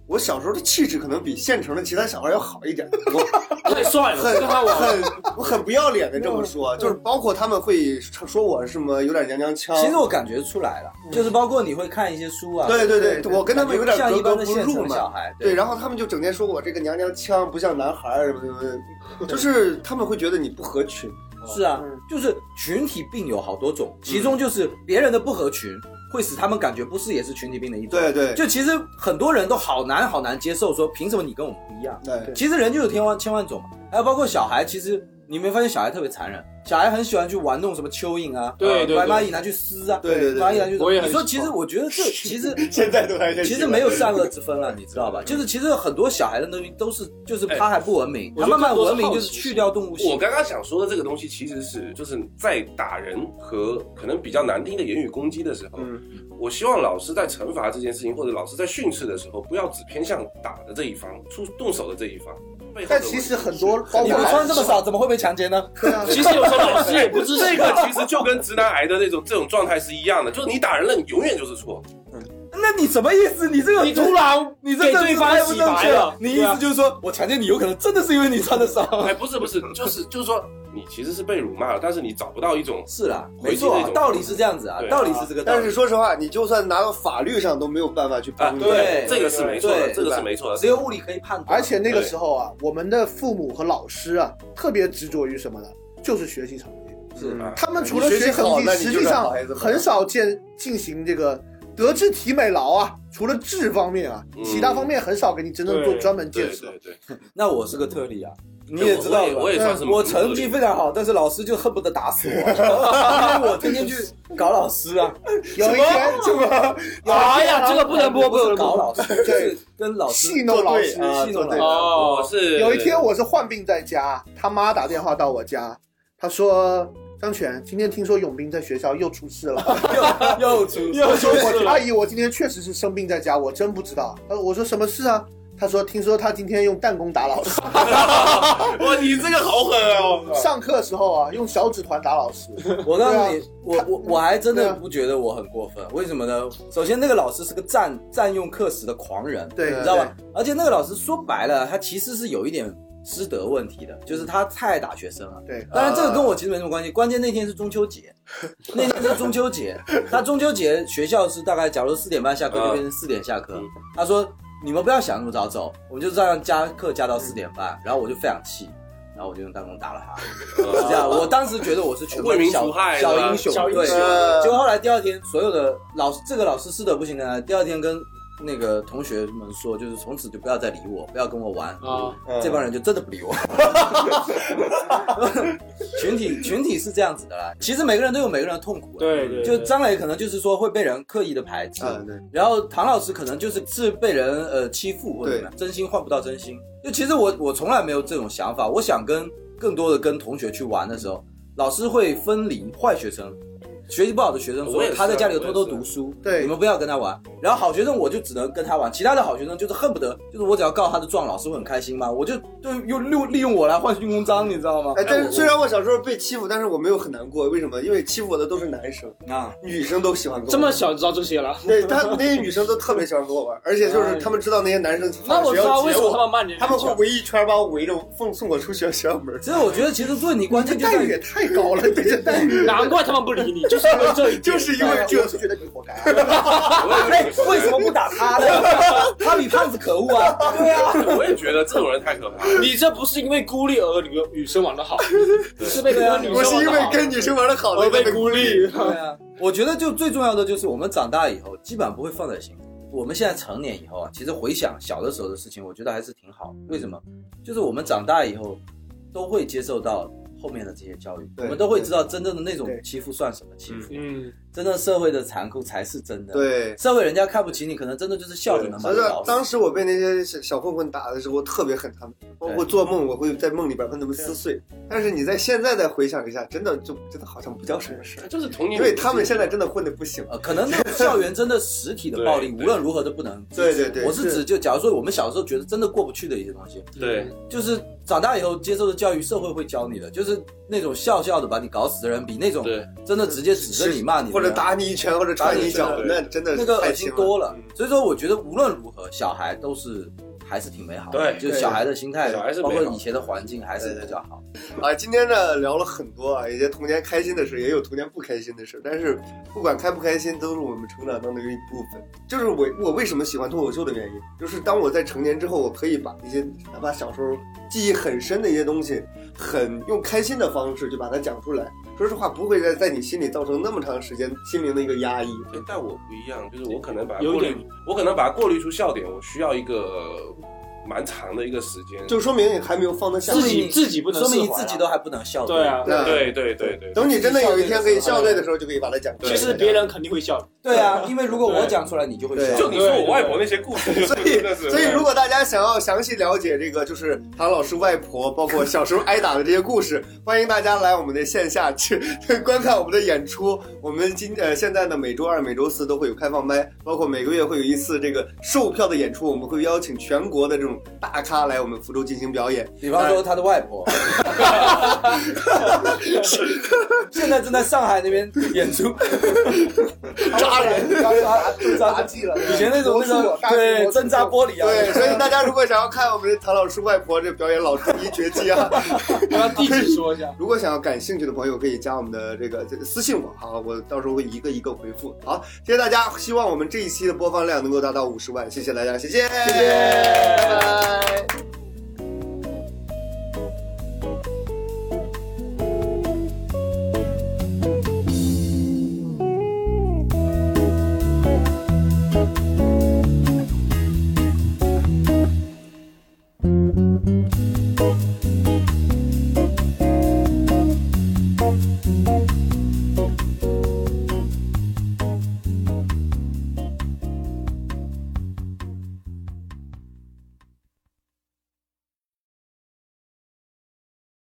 我小时候的气质可能比县城的其他小孩要好一点，我太帅了，很看看我，很 我很不要脸的这么说，就是包括他们会说我什么有点娘娘腔，其实我感觉出来了，就是包括你会看一些书啊，对对对，对我跟他们有点像格一般格的不现入成的小嘛。孩，对，然后他们就整天说我这个娘娘腔不像男孩儿什么什么什么，就是他们会觉得你不合群。是啊嗯，就是群体病有好多种，其中就是别人的不合群，会使他们感觉不是也是群体病的一种。对对，就其实很多人都好难好难接受，说凭什么你跟我们不一样？对其实人就有千万千万种嘛，还有包括小孩，其实你没发现小孩特别残忍，小孩很喜欢去玩弄什么蚯蚓啊，对对把蚂对，蚁拿去撕啊，对对对把蚂蚁拿去怎么我也很你说喜其欢实我觉得 这其实现在都还在其实没有善恶之分了，你知道吧？就是其实很多小孩的东西都是就是哎他还不文明，我他觉得慢慢更多是文明好就奇是去掉动物我性。刚刚想说的这个东西，其实是就是在打人和可能比较难听的言语攻击的时候，嗯，我希望老师在惩罚这件事情，或者老师在训斥的时候，不要只偏向打的这一方，出动手的这一方。背后的但其实很多，包你括们穿这么少，怎么会被强奸呢？对啊，其实有时候老师也不啊知这这个个，其实就跟直男癌的那种这种状态是一样的，就是你打人了，你永远就是错。那你什么意思？你这个你突然你这给政治对方太不洗正白确了，啊你意思就是说我强奸你，有可能真的是因为你穿的少。哎，不是 不是，就是就是说你其实是被辱骂了，但是你找不到一种是啦，没回击错那啊，种道理是这样子啊，对啊道理是这个道理。但是说实话，你就算拿到法律上都没有办法去帮你。对啊这个是没错的，对这个是没错的。只有物理可以判断，啊而且那个时候啊，我们的父母和老师啊，特别执着于什么呢？就是学习成绩。是嗯他们除了学你学习好成绩那，你实就际是好上孩子嘛很少见进行这个德智体美劳啊，除了智方面啊，嗯其他方面很少给你真正做对专门对建设。对对，那我是个特例啊，你也知道我也我也吧。算是我成绩非常好，但是老师就恨不得 打死我，因为我天天去搞老师啊。有一天什么？哎呀，这个不能播，不不是能搞播。老师，就是跟老师呃戏弄老师作对啊戏弄作对老师。我哦，是有一天我是患病在家，他妈打电话到我家，他说：“张全，今天听说永斌在学校又出事了。又又出 又说出事我了阿，姨，我今天确实是生病在家，我真不知道。”他说：“我说什么事啊？”他说：“听说他今天用弹弓打老师，哇，你这个好狠哦！上课时候啊，用小指团打老师。我告诉对啊你，我我我还真对的啊不觉得我很过分，为什么呢？首先，那个老师是个占占用课时的狂人，对你知道吧？而且那个老师说白了，他其实是有一点师德问题的，就是他太爱打学生了。对当然这个跟我其实没什么关系，关键那天是中秋 节，那天是中秋节，他中秋节学校是大概假如四点半下课嗯就变成四点下课嗯，他说你们不要想那么早走，我们就这样加课加到四点半，然后我就非常气，然后我就用弹弓打了他。是 这样，我当时觉得我是全为班民小除害小是吧英雄，小英对。雄结果呃，后来第二天，所有的老师，这个老师是的不行的，第二天跟那个同学们说，就是从此就不要再理我，不要跟我玩。啊，嗯这帮人就真的不理 我。群体群体是这样子的啦，其实每个人都有每个人的痛苦。。啊对对，就对张磊可能就是说会被人刻意的排斥，嗯，对，然后唐老师可能就是是被人呃欺负或者怎么样，真心换不到真心。就其实我我从来没有这种想法，我想跟更多的跟同学去玩的时候，老师会分离坏学生，学习不好的学生说我也是啊他在家里偷偷我也是啊读书，对你们不要跟他玩。然后好学生我就只能跟他玩，其他的好学生就是恨不得就是我只要告他的状，老师会很开心嘛，我就就用利利用我来换军功章，你知道吗？哎，但哎是我虽然我小时候被欺负，但是我没有很难过。为什么？因为欺负我的都是男生，啊，女生都喜欢跟我玩。这么小就知道这些了， 对他那些女生都特别喜欢跟我玩，而且就是他们知道那些男生那我学知道校为接什么他我，们骂你，他们会围一圈把我围着，送送我出学校门。其实我觉得其实问题关这键就待在遇也于太高了，你这待遇。难怪他们不理你，就是因为这一点，就是因为这我是觉得你活该啊。哎，为什么不打他 呢？他比胖子可恶啊！对啊。我也觉得这种人太可怕了。你这不是因为孤立而女女生玩的好，你是被对啊跟女我是生玩因的为好，跟女生玩的好而的被孤立。对啊，我觉得就最重要的就是我们长大以后，基本上不会放在心里。我们现在成年以后啊，其实回想小的时候的事情，我觉得还是挺好。为什么？就是我们长大以后都会接受到后面的这些教育，对我们都会知道真正的那种对欺负算什么欺负，嗯，真正社会的残酷才是真的。，对，社会人家看不起你，可能真的就是笑就能把所以你说搞，死。当时我被那些小小混混打的时候，我特别恨他们，包括做梦，我会在梦里边把他们撕碎。但是你在现在再回想一下，真的就真的好像不叫什么事儿，就是童年因的记忆，为他们现在真的混的不行。呃，可能那种校园真的实体的暴力， 对无对论如何都不能。对对对，我是指，就假如说我们小时候觉得真的过不去的一些东西，对就是长大以后接受的教育，社会会教你的，就是那种笑笑的把你搞死的人，比那种对真的直接指着你骂你的或者人打你一拳，或者踹你一脚打你，一那拳真的那个太恶轻心了多了嗯。所以说，我觉得无论如何，小孩都是还是挺美好的，对就是小孩的心态对小孩，是包美好括的以前的环境还是比较好。啊，今天呢聊了很多啊，一些童年开心的事，也有童年不开心的事，但是不管开不开心，都是我们成长当中的一部分。就是我我为什么喜欢脱口秀的原因，就是当我在成年之后，我可以把一些哪怕小时候记忆很深的一些东西，很用开心的方式就把它讲出来。说实话，不会再在你心里造成那么长时间心灵的一个压抑。哎但我不一样，就是我可能把它有过点滤，我可能把它过滤出笑点，我需要一个呃蛮长的一个时间。就说明你还没有放得下自己你自己不能说明你释怀啊自己都还不能笑。对啊，那对对对对，等你真的有一天可以笑对的时候，就可以把它讲出来。其实别人肯定会笑的。对啊，因为如果我讲出来，你就会对笑。就你说我外婆那些故事，所以真的，是所以如果大家想要详细了解这个，就是唐老师外婆，包括小时候挨打的这些故事，欢迎大家来我们的线下去观看我们的演出。我们今呃现在呢，每周二、每周四都会有开放麦，包括每个月会有一次这个售票的演出，我们会邀请全国的这种大咖来我们福州进行表演。比方说他的外婆，现在正在上海那边演出，扎人，扎人扎杂技了。以前那种那魔个术大对魔术针扎玻璃啊，对，所以大家如果想要看我们的唐老师外婆这表演老 中医绝技啊，，我 要地址说一下如果想要感兴趣的朋友，可以加我们的这个这个私信我哈，我到时候会一个一个回复。好，谢谢大家，希望我们这一期的播放量能够达到五十万，谢谢大家，谢谢，谢谢，拜拜。